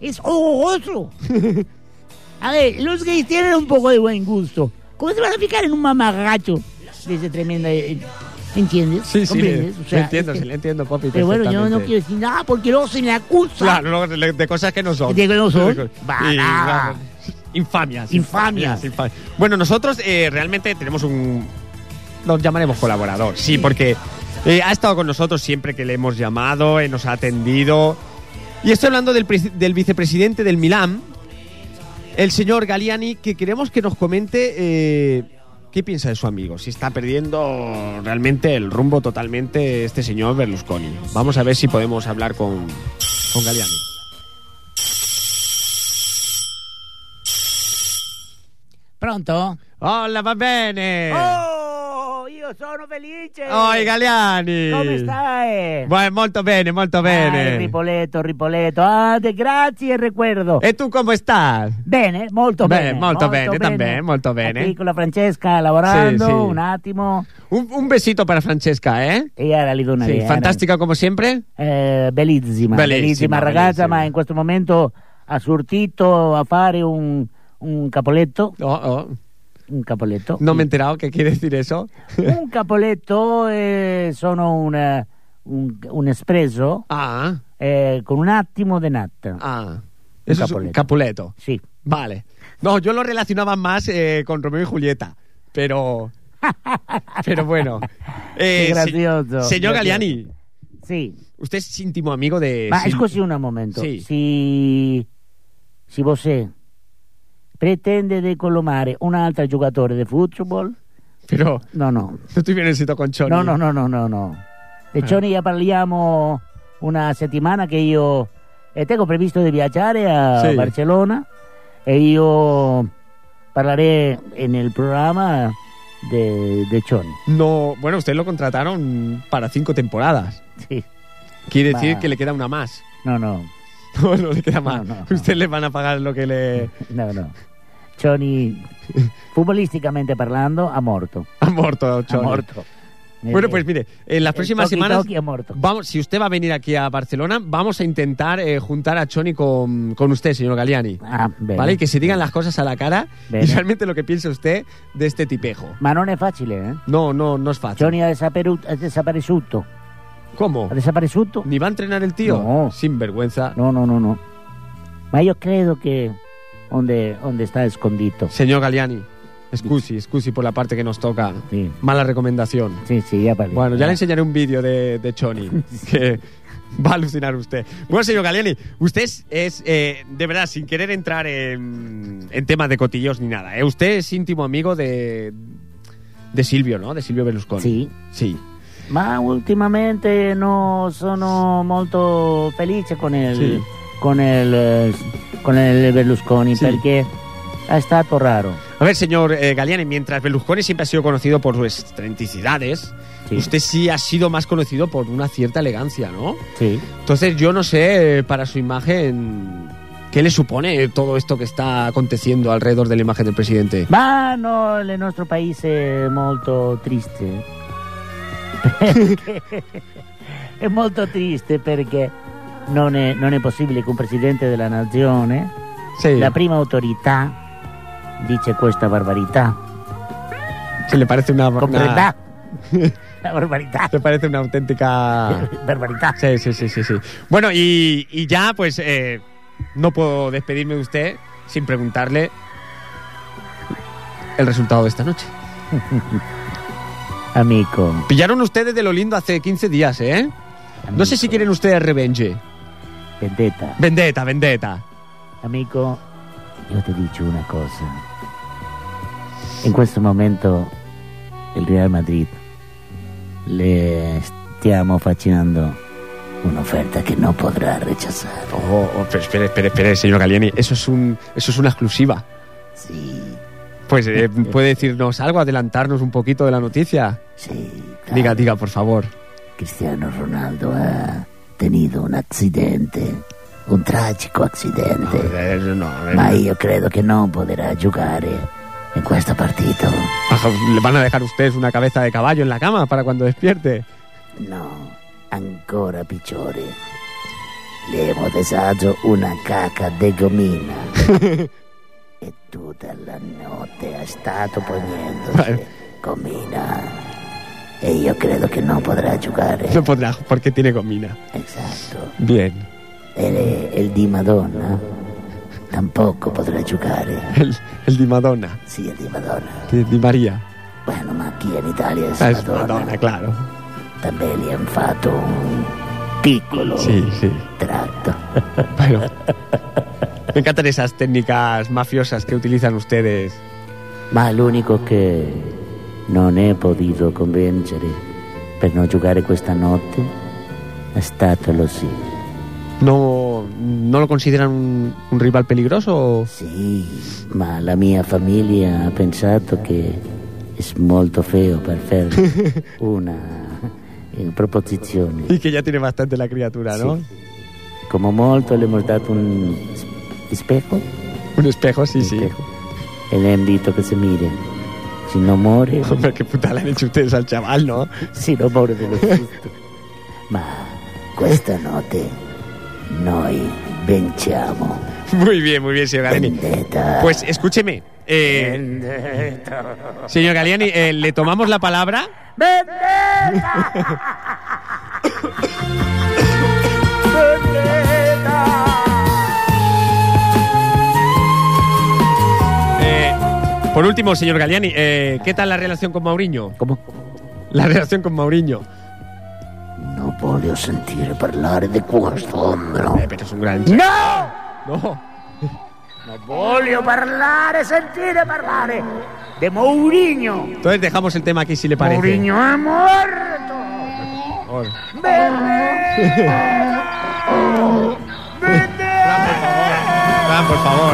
Speaker 2: Es horroroso. A ver, los gays tienen un poco de buen gusto. ¿Cómo se van a fijar en un mamarracho de ese tremenda... eh, ¿Entiendes?
Speaker 5: Sí, sí, le,
Speaker 2: ¿Comprendes? O sea,
Speaker 5: le entiendo,
Speaker 2: es que-
Speaker 5: sí, le entiendo, Poppy.
Speaker 2: Pero bueno, yo no
Speaker 5: perfectamente.
Speaker 2: quiero decir nada porque luego se me acusa.
Speaker 5: Claro, no, de de cosas que no son.
Speaker 2: De que no son.
Speaker 5: De co-
Speaker 2: Va,
Speaker 5: y,
Speaker 2: va.
Speaker 5: va, Infamias.
Speaker 2: Infamias.
Speaker 5: infa- Bueno, nosotros eh, realmente tenemos un... Nos llamaremos colaborador, sí, porque eh, ha estado con nosotros siempre que le hemos llamado, eh, nos ha atendido. Y estoy hablando del, pre- del vicepresidente del Milán, el señor Galiani, que queremos que nos comente eh, qué piensa de su amigo, si está perdiendo realmente el rumbo totalmente este señor Berlusconi. Vamos a ver si podemos hablar con, con Galiani.
Speaker 2: Pronto.
Speaker 5: Hola, va bene.
Speaker 2: Oh, io sono felice.
Speaker 5: Oh, i Galiani.
Speaker 2: Come stai?
Speaker 5: Beh, molto bene, molto
Speaker 2: Ah,
Speaker 5: bene.
Speaker 2: Ripoletto, Ripoletto. Ah, te- grazie e ricordo.
Speaker 5: e tu come stai?
Speaker 2: Bene, molto
Speaker 5: Beh,
Speaker 2: bene.
Speaker 5: molto bene, también, molto bene.
Speaker 2: Aquí con la Francesca lavorando
Speaker 5: Sì, sì.
Speaker 2: un attimo.
Speaker 5: Un, un besito para Francesca, ¿eh?
Speaker 2: Ella era lì con una
Speaker 5: Sì,
Speaker 2: idea,
Speaker 5: fantastica come sempre.
Speaker 2: Eh, bellissima,
Speaker 5: Bellissima,
Speaker 2: bellissima, ragazza,
Speaker 5: bellissima.
Speaker 2: ma in questo momento ha sortito a fare un, un capoletto.
Speaker 5: Oh, oh.
Speaker 2: Un capoletto.
Speaker 5: No me he enterado qué quiere decir eso.
Speaker 2: un capoletto eh, sono un, eh, un, un espresso
Speaker 5: ah,
Speaker 2: eh, con un attimo di natta.
Speaker 5: ah. Eso es un
Speaker 2: Capoleto.
Speaker 5: capuleto.
Speaker 2: Sì.
Speaker 5: Vale. No, yo lo relacionaba más eh, con Romeo y Julieta, pero... Pero bueno.
Speaker 2: Qué
Speaker 5: Eh, se-
Speaker 2: gracioso. Gracioso.
Speaker 5: señor Galiani,
Speaker 2: Sì.
Speaker 5: usted es íntimo amigo de...
Speaker 2: Ma
Speaker 5: Sil-
Speaker 2: scusi un momento.
Speaker 5: Eh, Sì.
Speaker 2: Si, si você pretende di colomare un altro giocatore di football?
Speaker 5: Pero...
Speaker 2: No, no.
Speaker 5: No estoy bien éxito con Choni.
Speaker 2: No, no, no, no, no, no. De
Speaker 5: Eh.
Speaker 2: Johnny già parliamo una settimana che io eh, tengo previsto di viaggiare a
Speaker 5: Sì.
Speaker 2: Barcellona e io parlerò nel programma de, de Choni.
Speaker 5: No, bueno, ustedes lo contrataron para cinco temporadas.
Speaker 2: Sí.
Speaker 5: Quiere
Speaker 2: Va.
Speaker 5: decir que le queda una más.
Speaker 2: No, no,
Speaker 5: No, no le queda más.
Speaker 2: No, no, no.
Speaker 5: Ustedes le van a pagar lo que le
Speaker 2: no, no. Choni, futbolisticamente parlando, ha muerto.
Speaker 5: ha muerto.
Speaker 2: Ha
Speaker 5: Choni.
Speaker 2: muerto. Eh,
Speaker 5: Bueno, pues mire, en las próximas semanas
Speaker 2: ha muerto.
Speaker 5: Vamos, si usted va a venir aquí a Barcelona, vamos a intentar eh, juntar a Choni con, con usted, señor Galiani.
Speaker 2: Ah, bene.
Speaker 5: ¿Vale? Y que se digan las cosas a la cara
Speaker 2: Bene.
Speaker 5: y realmente lo que piensa usted de este tipejo.
Speaker 2: Ma non è facile, eh?
Speaker 5: No, no, no es fácil.
Speaker 2: Johnny ha, desaperu- ha desaparecido.
Speaker 5: ¿Cómo?
Speaker 2: ¿Ha desaparecido?
Speaker 5: ¿Ni va a entrenar el tío?
Speaker 2: No.
Speaker 5: Sin vergüenza.
Speaker 2: No, no, no, no. Ma io credo che onde, onde está escondido.
Speaker 5: Señor Galiani, excusi, excusi por la parte que nos toca.
Speaker 2: Sí.
Speaker 5: Mala recomendación.
Speaker 2: Sí, sí, ya vale.
Speaker 5: Bueno, ya le enseñaré un vídeo de, de Choni que va a alucinar usted. Bueno, señor Galiani, usted es- es, eh, de verdad, sin querer entrar en, en temas de cotillos ni nada, ¿eh? usted es íntimo amigo de, de Silvio, ¿no? De Silvio Berlusconi.
Speaker 2: Sì.
Speaker 5: Sí.
Speaker 2: Ma ultimamente no sono molto felice con il,
Speaker 5: Sì.
Speaker 2: con il, eh, con il Berlusconi
Speaker 5: Sì.
Speaker 2: perché è stato raro.
Speaker 5: A ver, señor eh, Galiani, mientras Berlusconi siempre ha sido conocido por sus excentricidades,
Speaker 2: Sí.
Speaker 5: usted sí ha sido más conocido por una cierta elegancia, ¿no?
Speaker 2: Sì.
Speaker 5: Entonces yo no sé eh, para su imagen qué le supone todo esto que está aconteciendo alrededor de la imagen del presidente.
Speaker 2: Ma no, il nostro paese è molto triste. Perché- è molto triste perché non è, non è possibile che un presidente della nazione,
Speaker 5: Sí.
Speaker 2: la prima autorità, dice questa barbarità.
Speaker 5: Que le parece una,
Speaker 2: Comprenderà?
Speaker 5: una
Speaker 2: La barbarità.
Speaker 5: le parece una auténtica
Speaker 2: barbarità.
Speaker 5: sí, sí, sí, sí, sí. Bueno, y, y ya pues eh, no puedo despedirme de usted sin preguntarle el resultado de esta noche.
Speaker 2: Amico.
Speaker 5: Pillaron ustedes de lo lindo hace 15 días, ¿eh? No sé si quieren ustedes revenge.
Speaker 2: Vendetta,
Speaker 5: Vendetta, vendetta.
Speaker 2: amico, io ti dico una cosa. In questo momento il Real Madrid le stiamo facendo un'offerta che non potrà rechazare.
Speaker 5: Oh, oh, pero espere, espere, espere, señor Galieni. Eso es, un, eso es una exclusiva.
Speaker 2: Sì,
Speaker 5: Pues eh, puede decirnos algo, adelantarnos un poquito de la noticia.
Speaker 2: sì. claro.
Speaker 5: Diga, diga, por favor.
Speaker 2: Cristiano Ronaldo ha tenido un accidente, un tragico accidente.
Speaker 5: Eh, no, eh,
Speaker 2: Ma io credo che non potrà giocare in questo partito.
Speaker 5: Ajá, ¿Le van a dejar ustedes una cabeza de caballo en la cama para cuando despierte?
Speaker 2: No, ancora picciore. Le hemos desato una caca de gomina. e tutta la notte ha stato poniéndose gomina. E io credo che non potrà giocare.
Speaker 5: No podrá, porque tiene gomina.
Speaker 2: Esatto.
Speaker 5: Bien.
Speaker 2: E, e il Di Madonna tampoco potrà giocare.
Speaker 5: El, el Di Madonna.
Speaker 2: Sì, il Di Madonna.
Speaker 5: Di, Di María.
Speaker 2: Bueno, ma chi in Italia
Speaker 5: Ah,
Speaker 2: è
Speaker 5: es
Speaker 2: Madonna?
Speaker 5: Madonna, claro.
Speaker 2: Tambè gli hanno fatto un piccolo
Speaker 5: Sí, sí.
Speaker 2: tratto.
Speaker 5: Bueno. Me encantan esas técnicas mafiosas que utilizan ustedes.
Speaker 2: Ma l'unico che non è potuto convincere per non giocare questa notte è stato lo sì.
Speaker 5: ¿No, no lo consideran un, un rival peligroso? o-
Speaker 2: Sì, ma la mia famiglia ha pensato che è molto feo per fare una eh, proposizione.
Speaker 5: Y que ya tiene bastante la criatura, ¿no?
Speaker 2: Sì. Come molto le abbiamo dato un specchio,
Speaker 5: Un espejo, sí, sí.
Speaker 2: e le hanno detto che se mire, se non muore...
Speaker 5: Hombre, qué puta le han hecho ustedes al chaval, ¿no?
Speaker 2: Si no muore dello susto. Ma questa notte noi vinciamo.
Speaker 5: Muy bien, muy bien, señor Galiani.
Speaker 2: Vendetta.
Speaker 5: Pues escúcheme. eh, señor Galiani, eh, le tomamos la palabra. Eh, por último, señor Galiani, eh, ¿qué tal la relación con Mauriño?
Speaker 2: Come?
Speaker 5: La relación con Mauriño.
Speaker 2: Non voglio sentire parlare di questo
Speaker 5: Eh,
Speaker 2: ombro.
Speaker 5: pero es un gran.
Speaker 2: No!
Speaker 5: No.
Speaker 2: Non voglio parlare, sentire parlare di eh. Mourinho.
Speaker 5: Entonces dejamos el tema aquí si le parece.
Speaker 2: Mourinho è morto.
Speaker 5: Por favor. Fran, por favor.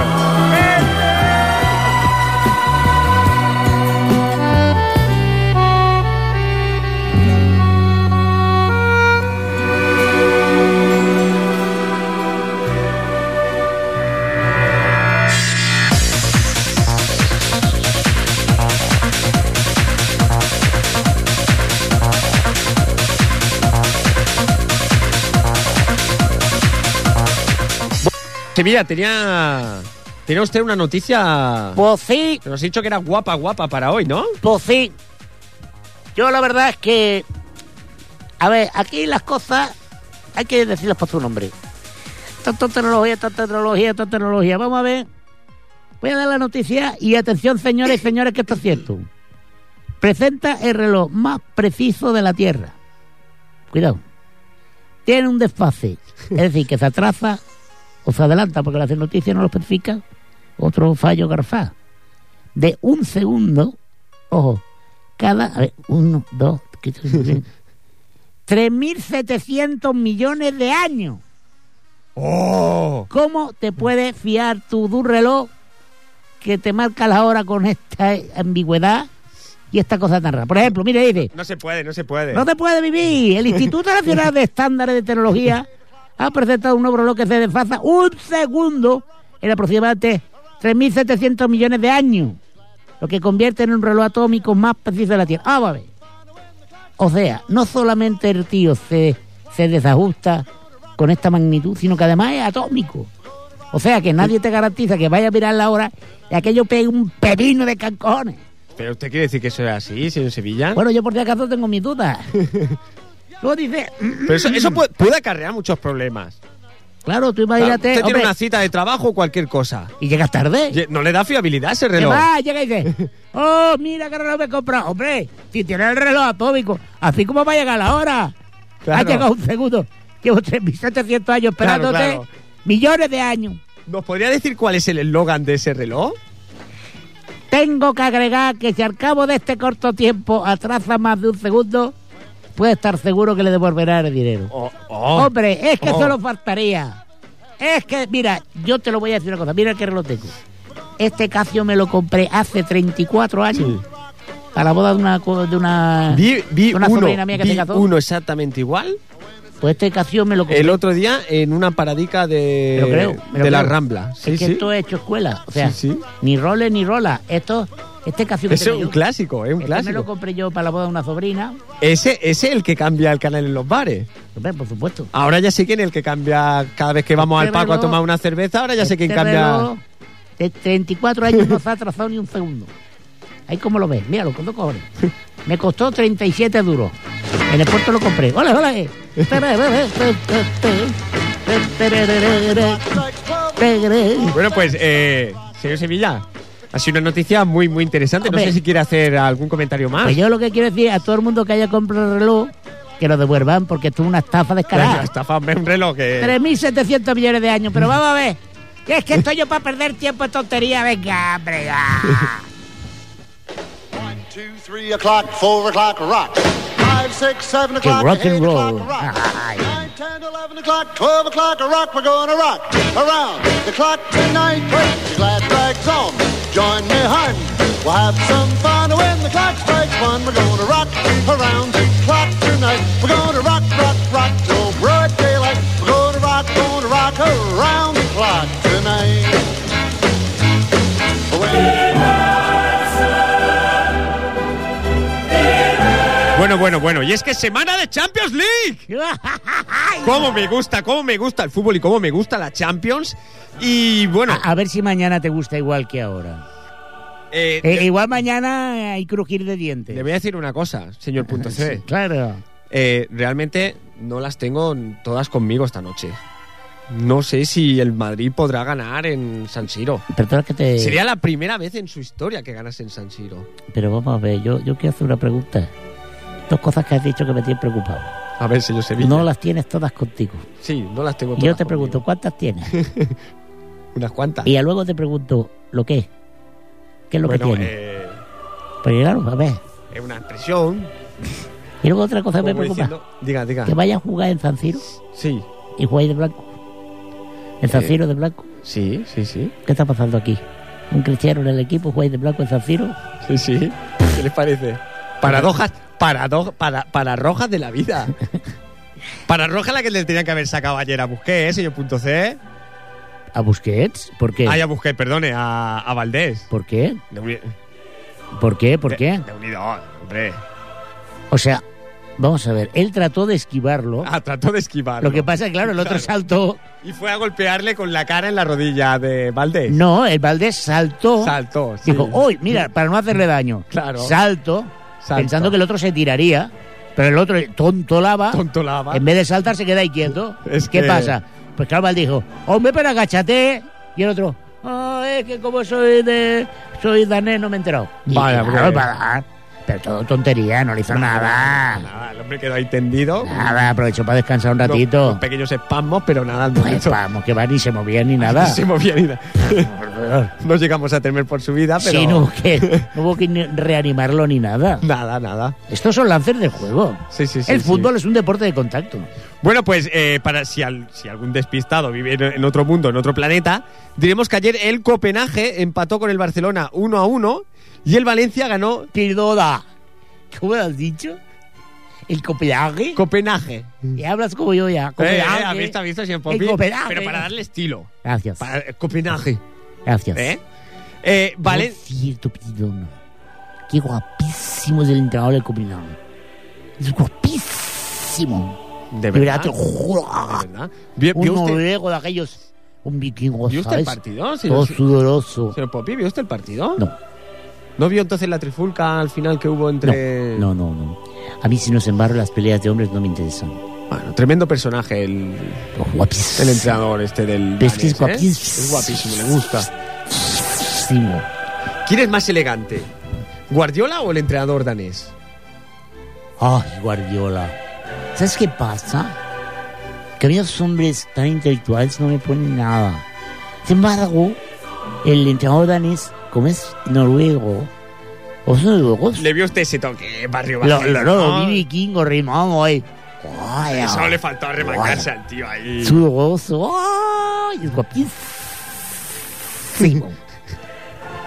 Speaker 5: Que mira, tenía. Tenía usted una noticia.
Speaker 2: Pues sí,
Speaker 5: Que nos ha dicho que era guapa, guapa para hoy, ¿no?
Speaker 2: pues sí. Yo la verdad es que... A ver, aquí las cosas hay que decirlas por su nombre. Tanta tecnología, tanta tecnología, tanta tecnología. Vamos a ver. Voy a dar la noticia y atención, señores y señores, que esto es cierto. Presenta el reloj más preciso de la Tierra. Cuidado. Tiene un desfase. Es decir, que se atrasa o se adelanta porque las noticias no lo especifica. Otro fallo garfá. De un segundo, ojo, cada. A ver, uno, dos, tres, tres, tres. 3.700 millones de años.
Speaker 5: ¡Oh!
Speaker 2: ¿Cómo te puedes fiar tú de un reloj que te marca la hora con esta ambigüedad y esta cosa tan rara? Por ejemplo, mire, dice,
Speaker 5: No se puede, no se puede.
Speaker 2: no te puede vivir. El Instituto Nacional de Estándares de Tecnología ha presentado un nuevo reloj que se desfasa un segundo en aproximadamente 3.700 millones de años, lo que convierte en un reloj atómico más preciso de la Tierra. Ah, va a ver. O sea, no solamente el tío se, se desajusta con esta magnitud, sino que además es atómico. O sea, que nadie te garantiza que vaya a mirar la hora y aquello pegue un pepino de cancones.
Speaker 5: Pero usted quiere decir que eso es así, señor Sevilla.
Speaker 2: Bueno, yo por si acaso tengo mis dudas. Luego dice,
Speaker 5: Pero eso, eso puede, puede acarrear muchos problemas.
Speaker 2: Claro, tú
Speaker 5: Claro,
Speaker 2: imagínate.
Speaker 5: usted tiene
Speaker 2: hombre,
Speaker 5: una cita de trabajo o cualquier cosa.
Speaker 2: Y llegas tarde.
Speaker 5: Ye- No le da fiabilidad ese
Speaker 2: Que
Speaker 5: reloj.
Speaker 2: va, llega y dice, oh, mira qué reloj me he comprado. Hombre, si tiene el reloj atómico, así como va a llegar la hora.
Speaker 5: Claro.
Speaker 2: Ha llegado un segundo. Llevo 3.700 años
Speaker 5: Claro,
Speaker 2: esperándote.
Speaker 5: claro.
Speaker 2: Millones de años.
Speaker 5: ¿Nos podría decir cuál es el eslogan de ese reloj?
Speaker 2: Tengo que agregar que si al cabo de este corto tiempo atrasa más de un segundo, puede estar seguro que le devolverán el dinero.
Speaker 5: Oh, oh.
Speaker 2: Hombre, es que
Speaker 5: Oh.
Speaker 2: solo faltaría. Es que, mira, yo te lo voy a decir una cosa. Mira qué reloj tengo. Este Casio me lo compré hace 34 años. Para la boda de una. co- De una
Speaker 5: Vi, vi
Speaker 2: de una
Speaker 5: uno,
Speaker 2: sobrina mía que
Speaker 5: vi
Speaker 2: se casó.
Speaker 5: uno exactamente igual
Speaker 2: Pues este Casio me lo compré.
Speaker 5: el otro día en una paradica de,
Speaker 2: Me lo creo, me lo
Speaker 5: de la
Speaker 2: creo.
Speaker 5: Rambla. Sí,
Speaker 2: es que
Speaker 5: sí.
Speaker 2: esto es hecho escuela. O sea,
Speaker 5: Sí, sí.
Speaker 2: ni roles ni rola. Esto, este Casio que
Speaker 5: Ese es
Speaker 2: tengo
Speaker 5: un
Speaker 2: yo,
Speaker 5: clásico, es un
Speaker 2: este me lo
Speaker 5: clásico.
Speaker 2: compré yo para la boda de una sobrina.
Speaker 5: Ese ese es el que cambia el canal en los bares.
Speaker 2: Hombre, por supuesto.
Speaker 5: Ahora ya sé quién es el que cambia cada vez que vamos
Speaker 2: Este
Speaker 5: al Paco a
Speaker 2: reloj-
Speaker 5: tomar una cerveza. Ahora ya sé
Speaker 2: Este
Speaker 5: quién cambia.
Speaker 2: reloj De 34 años no se ha atrasado ni un segundo. Ahí como lo ves, míralo, con dos cojones. Me costó 37 duros. En el puerto lo compré. ¡Ole, ole!
Speaker 5: Bueno, pues, eh, señor Sevilla, ha sido una noticia muy, muy interesante.
Speaker 2: Hombre.
Speaker 5: No sé si quiere hacer algún comentario más.
Speaker 2: Pues yo lo que quiero decir a todo el mundo que haya comprado el reloj, que lo devuelvan porque esto es una estafa
Speaker 5: Venga,
Speaker 2: descarada.
Speaker 5: estafa, hombre, un reloj que...
Speaker 2: 3.700 millones de años, pero vamos a ver. Que es que estoy yo para perder tiempo en tontería. Venga, hombre, ya.
Speaker 4: Two, three o'clock, four o'clock, rock. Five, six, seven o'clock,
Speaker 2: rock and
Speaker 4: eight
Speaker 2: roll.
Speaker 4: o'clock, rock.
Speaker 2: Ay.
Speaker 4: Nine, ten, eleven o'clock, twelve o'clock, rock. We're gonna rock around the clock tonight. Put your glad rags on, join me, hun. We'll have some fun when the clock strikes one. We're gonna rock around the clock tonight. We're gonna rock, rock, rock till broad daylight. We're gonna rock, gonna rock around the clock tonight. When-
Speaker 5: Bueno, bueno, bueno. Y es que es semana de Champions League. Cómo me gusta, cómo me gusta el fútbol y cómo me gusta la Champions. Y bueno,
Speaker 2: A, a ver si mañana te gusta igual que ahora.
Speaker 5: eh,
Speaker 2: Eh, igual mañana hay crujir de dientes.
Speaker 5: le voy a decir una cosa, señor punto C.
Speaker 2: Sí, claro.
Speaker 5: Eh, realmente no las tengo todas conmigo esta noche. No sé si el Madrid podrá ganar en San Siro.
Speaker 2: Perdona que te.
Speaker 5: Sería la primera vez en su historia que ganas en San Siro.
Speaker 2: Pero vamos a ver, yo, yo quiero hacer una pregunta. Dos cosas que has dicho que me tienen preocupado.
Speaker 5: A ver, señor Sevilla.
Speaker 2: No las tienes todas contigo.
Speaker 5: Sí, no las tengo
Speaker 2: Y
Speaker 5: todas.
Speaker 2: yo te
Speaker 5: conmigo.
Speaker 2: pregunto, ¿cuántas tienes?
Speaker 5: Unas cuantas.
Speaker 2: Y ya luego te pregunto, ¿lo qué? ¿Qué es lo
Speaker 5: bueno,
Speaker 2: que tienes?
Speaker 5: eh,
Speaker 2: Pero claro, a ver.
Speaker 5: es una impresión.
Speaker 2: Y luego otra cosa que me
Speaker 5: como
Speaker 2: preocupa:
Speaker 5: diciendo- diga, diga.
Speaker 2: que vaya a jugar en San Siro
Speaker 5: Sí,
Speaker 2: y jugáis de blanco. En San Siro de blanco.
Speaker 5: sí, sí, sí.
Speaker 2: ¿Qué está pasando aquí? Un cristiano en el equipo, jugáis de blanco en San Siro.
Speaker 5: Sí, sí. ¿Qué les parece? Paradojas, parado, para, para rojas de la vida. Para roja la que le tenían que haber sacado ayer a Busquets, señor punto C.
Speaker 2: ¿A Busquets? ¿Por qué?
Speaker 5: Ay, a Busquets, perdone, a, a Valdés.
Speaker 2: ¿Por qué?
Speaker 5: De uni-
Speaker 2: ¿Por qué? ¿Por
Speaker 5: de-
Speaker 2: qué?
Speaker 5: De unido, hombre.
Speaker 2: O sea,
Speaker 6: Vamos a ver, él trató de esquivarlo.
Speaker 5: Ah, trató de esquivarlo.
Speaker 6: lo que pasa, claro, el otro
Speaker 5: Claro.
Speaker 6: saltó.
Speaker 5: Y fue a golpearle con la cara en la rodilla de Valdés.
Speaker 6: No, el Valdés saltó.
Speaker 5: Saltó, sí.
Speaker 6: Dijo, "Oh, hoy, mira, para no hacerle daño.
Speaker 5: Claro.
Speaker 6: Salto,
Speaker 5: Salto.
Speaker 6: pensando que el otro se tiraría, pero el otro, tonto lava,
Speaker 5: Tonto lava.
Speaker 6: en vez de saltar se queda ahí quieto.
Speaker 5: Es
Speaker 6: ¿Qué
Speaker 5: que-
Speaker 6: pasa? Pues claro, Valdés dijo, hombre, pero agáchate. Y el otro, "Ah, es que como soy de soy danés no me he enterado. Y
Speaker 5: Vaya,
Speaker 6: claro,
Speaker 5: hombre.
Speaker 6: va- pero todo tontería, no le hizo nada.
Speaker 5: Nada, el hombre quedó ahí tendido.
Speaker 6: Nada, aprovechó para descansar un
Speaker 5: Unos-
Speaker 6: ratito.
Speaker 5: unos pequeños espasmos, pero nada. no
Speaker 6: Pues
Speaker 5: hizo-
Speaker 6: vamos, que va, ni se movía ni nada.
Speaker 5: Se movía ni nada. No llegamos a temer por su vida, pero.
Speaker 6: Sí, no, hubo que, no hubo que ni reanimarlo ni nada.
Speaker 5: Nada, nada.
Speaker 6: Estos son lances del juego.
Speaker 5: Sí, sí, sí.
Speaker 6: el
Speaker 5: sí.
Speaker 6: fútbol es un deporte de contacto.
Speaker 5: Bueno, pues eh, para si, al- si algún despistado vive en, en otro mundo, en otro planeta, diremos que ayer el Copenhague empató con el Barcelona 1 a 1 y el Valencia ganó
Speaker 6: Perdona. ¿Cómo lo has dicho? ¿El Copenhague?
Speaker 5: Copenhague.
Speaker 6: Mm. y hablas como yo ya.
Speaker 5: Eh, eh,
Speaker 6: Copenhague.
Speaker 5: ¿ha visto, ha visto, señor Pompí?
Speaker 6: el Copenhague.
Speaker 5: Pero para darle estilo.
Speaker 6: Gracias.
Speaker 5: Para, eh, Copenhague.
Speaker 6: Gracias.
Speaker 5: ¿Eh? Eh, Valen-
Speaker 6: No es cierto, perdona. Qué guapísimo es el entrenador del Copenhague. Es guapísimo.
Speaker 5: De
Speaker 6: De verdad,
Speaker 5: verdad.
Speaker 6: te lo juro.
Speaker 5: de verdad. ¿Vio,
Speaker 6: Un
Speaker 5: vio usted,
Speaker 6: noruego de aquellos. Un vikingo,
Speaker 5: vio usted el
Speaker 6: ¿sabes?
Speaker 5: partido? señor-
Speaker 6: Todo sudoroso.
Speaker 5: señor Pompí, ¿vio usted el partido?
Speaker 6: No.
Speaker 5: ¿No vio entonces la trifulca al final que hubo entre...?
Speaker 6: No, no, no. A mí si nos embarro las peleas de hombres no me interesan.
Speaker 5: Bueno, tremendo personaje el,
Speaker 6: Guapísimo.
Speaker 5: el entrenador este del...
Speaker 6: Es que es
Speaker 5: danés, ¿eh?
Speaker 6: guapísimo.
Speaker 5: Es guapísimo, le gusta.
Speaker 6: Guapísimo.
Speaker 5: ¿Quién es más elegante? ¿Guardiola o el entrenador danés?
Speaker 6: Ay, Guardiola. ¿Sabes qué pasa? Que a mí los hombres tan intelectuales no me ponen nada. Sin embargo, el entrenador danés, como es noruego, o son noruegos,
Speaker 5: ¿Le vio usted ese toque, barrio
Speaker 6: lo,
Speaker 5: Valencia?
Speaker 6: lo, lo, lo vi vikingo, rimamos ahí. Ay,
Speaker 5: Eso
Speaker 6: ay,
Speaker 5: le faltó remangarse al tío ahí.
Speaker 6: sudoroso. Ay, es guapísimo.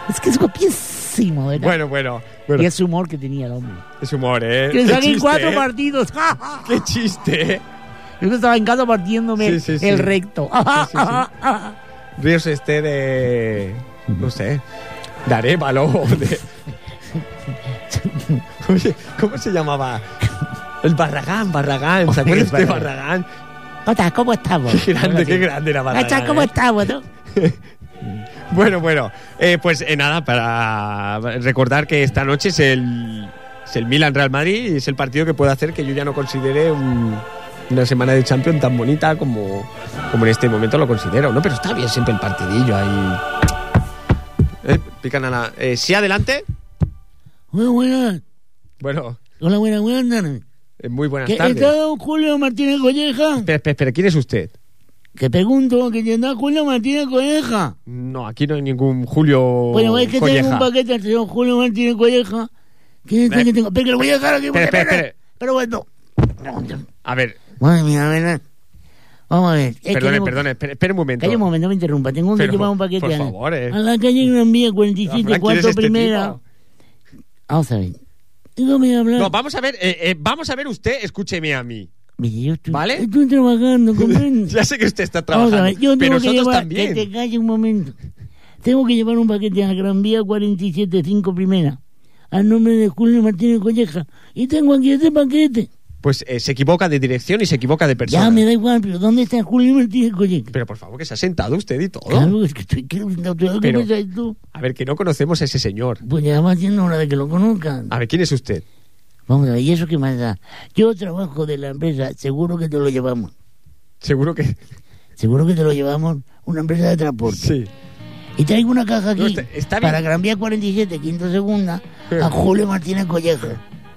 Speaker 6: es que es guapísimo, ¿verdad?
Speaker 5: Bueno, bueno.
Speaker 6: Y
Speaker 5: bueno.
Speaker 6: ese humor que tenía el hombre.
Speaker 5: Es humor, ¿eh?
Speaker 6: Que
Speaker 5: Qué
Speaker 6: saqué
Speaker 5: chiste,
Speaker 6: cuatro
Speaker 5: ¿eh?
Speaker 6: partidos.
Speaker 5: ¡Qué chiste! ¿eh?
Speaker 6: Yo estaba en casa partiéndome
Speaker 5: Sí, sí, sí.
Speaker 6: el recto.
Speaker 5: sí, Ríos este de... No sé. Daré valor de... Oye, ¿cómo se llamaba? El Barragán, Barragán. ¿Se acuerdan de este Barragán?
Speaker 6: Jota, ¿cómo estamos?
Speaker 5: Qué grande, qué grande era Barragán.
Speaker 6: Jota, ¿cómo
Speaker 5: ¿eh?
Speaker 6: estamos? no?
Speaker 5: Bueno, bueno. eh, pues eh, nada, para recordar que esta noche es el, es el Milan Real Madrid y es el partido que puede hacer que yo ya no considere un- una semana de Champions tan bonita como, como en este momento lo considero, ¿no? Pero está bien siempre el partidillo ahí. Eh, pican a la. eh, sí, adelante.
Speaker 6: Muy buenas.
Speaker 5: Bueno,
Speaker 6: Hola, buenas, buenas tardes.
Speaker 5: eh, muy buenas
Speaker 6: ¿Qué
Speaker 5: tardes.
Speaker 6: está don Julio Martínez Colleja?
Speaker 5: Espera, espera, espera, ¿quién es usted?
Speaker 6: Que pregunto, ¿qué está Julio Martínez Colleja?
Speaker 5: No, aquí no hay ningún Julio.
Speaker 6: Bueno, es que tengo
Speaker 5: Oh, Colleja.
Speaker 6: un paquete al señor Julio Martínez Colleja. ¿Qué es
Speaker 5: Eh.
Speaker 6: el que tengo? Pero que lo voy a dejar aquí.
Speaker 5: Espera,
Speaker 6: porque-
Speaker 5: espera, espera.
Speaker 6: Pero bueno.
Speaker 5: A ver,
Speaker 6: Madre mía, ¿verdad? Vamos a ver. es que
Speaker 5: perdone,
Speaker 6: tengo-
Speaker 5: perdone, espere, espere un momento.
Speaker 6: Calla un momento, no me interrumpa. Tengo que
Speaker 5: Pero,
Speaker 6: llevar un paquete
Speaker 5: por
Speaker 6: a la-
Speaker 5: favor, eh.
Speaker 6: a la calle Gran Vía
Speaker 5: Frank,
Speaker 6: 47,
Speaker 5: ¿quién es
Speaker 6: 4
Speaker 5: este
Speaker 6: primera.
Speaker 5: tipo?
Speaker 6: Vamos a ver. No me hablar.
Speaker 5: No, vamos a ver, eh, eh, vamos a ver usted, escúcheme a mí.
Speaker 6: Mira, yo estoy,
Speaker 5: ¿Vale?
Speaker 6: estoy trabajando, ¿comprendes?
Speaker 5: Ya sé que usted está
Speaker 6: Vamos a
Speaker 5: trabajando,
Speaker 6: ver, yo tengo
Speaker 5: pero
Speaker 6: que
Speaker 5: nosotros
Speaker 6: llevar,
Speaker 5: también.
Speaker 6: Que te calle un momento. Tengo que llevar un paquete a Gran Vía 47, 5 primera. Al nombre de Julio Martínez Colleja. Y tengo aquí este paquete.
Speaker 5: Pues eh, se equivoca de dirección y se equivoca de persona.
Speaker 6: Ya me da igual, pero ¿dónde está Julio Martínez Colleja?
Speaker 5: Pero por favor, que se ha sentado usted y todo.
Speaker 6: Claro, es que estoy creyendo todo lo que
Speaker 5: Pero-
Speaker 6: pensáis tú.
Speaker 5: A ver, que no conocemos a ese señor.
Speaker 6: Pues ya va siendo hora de que lo conozcan.
Speaker 5: A ver, ¿quién es usted?
Speaker 6: Vamos a ver, ¿y eso qué más da? Yo trabajo de la empresa, seguro que te lo llevamos.
Speaker 5: Seguro que...
Speaker 6: Seguro que te lo llevamos una empresa de transporte.
Speaker 5: Sí.
Speaker 6: Y traigo una caja aquí
Speaker 5: No, está- está bien.
Speaker 6: para Gran Vía 47, quinto segunda, a Julio Martínez Colleja.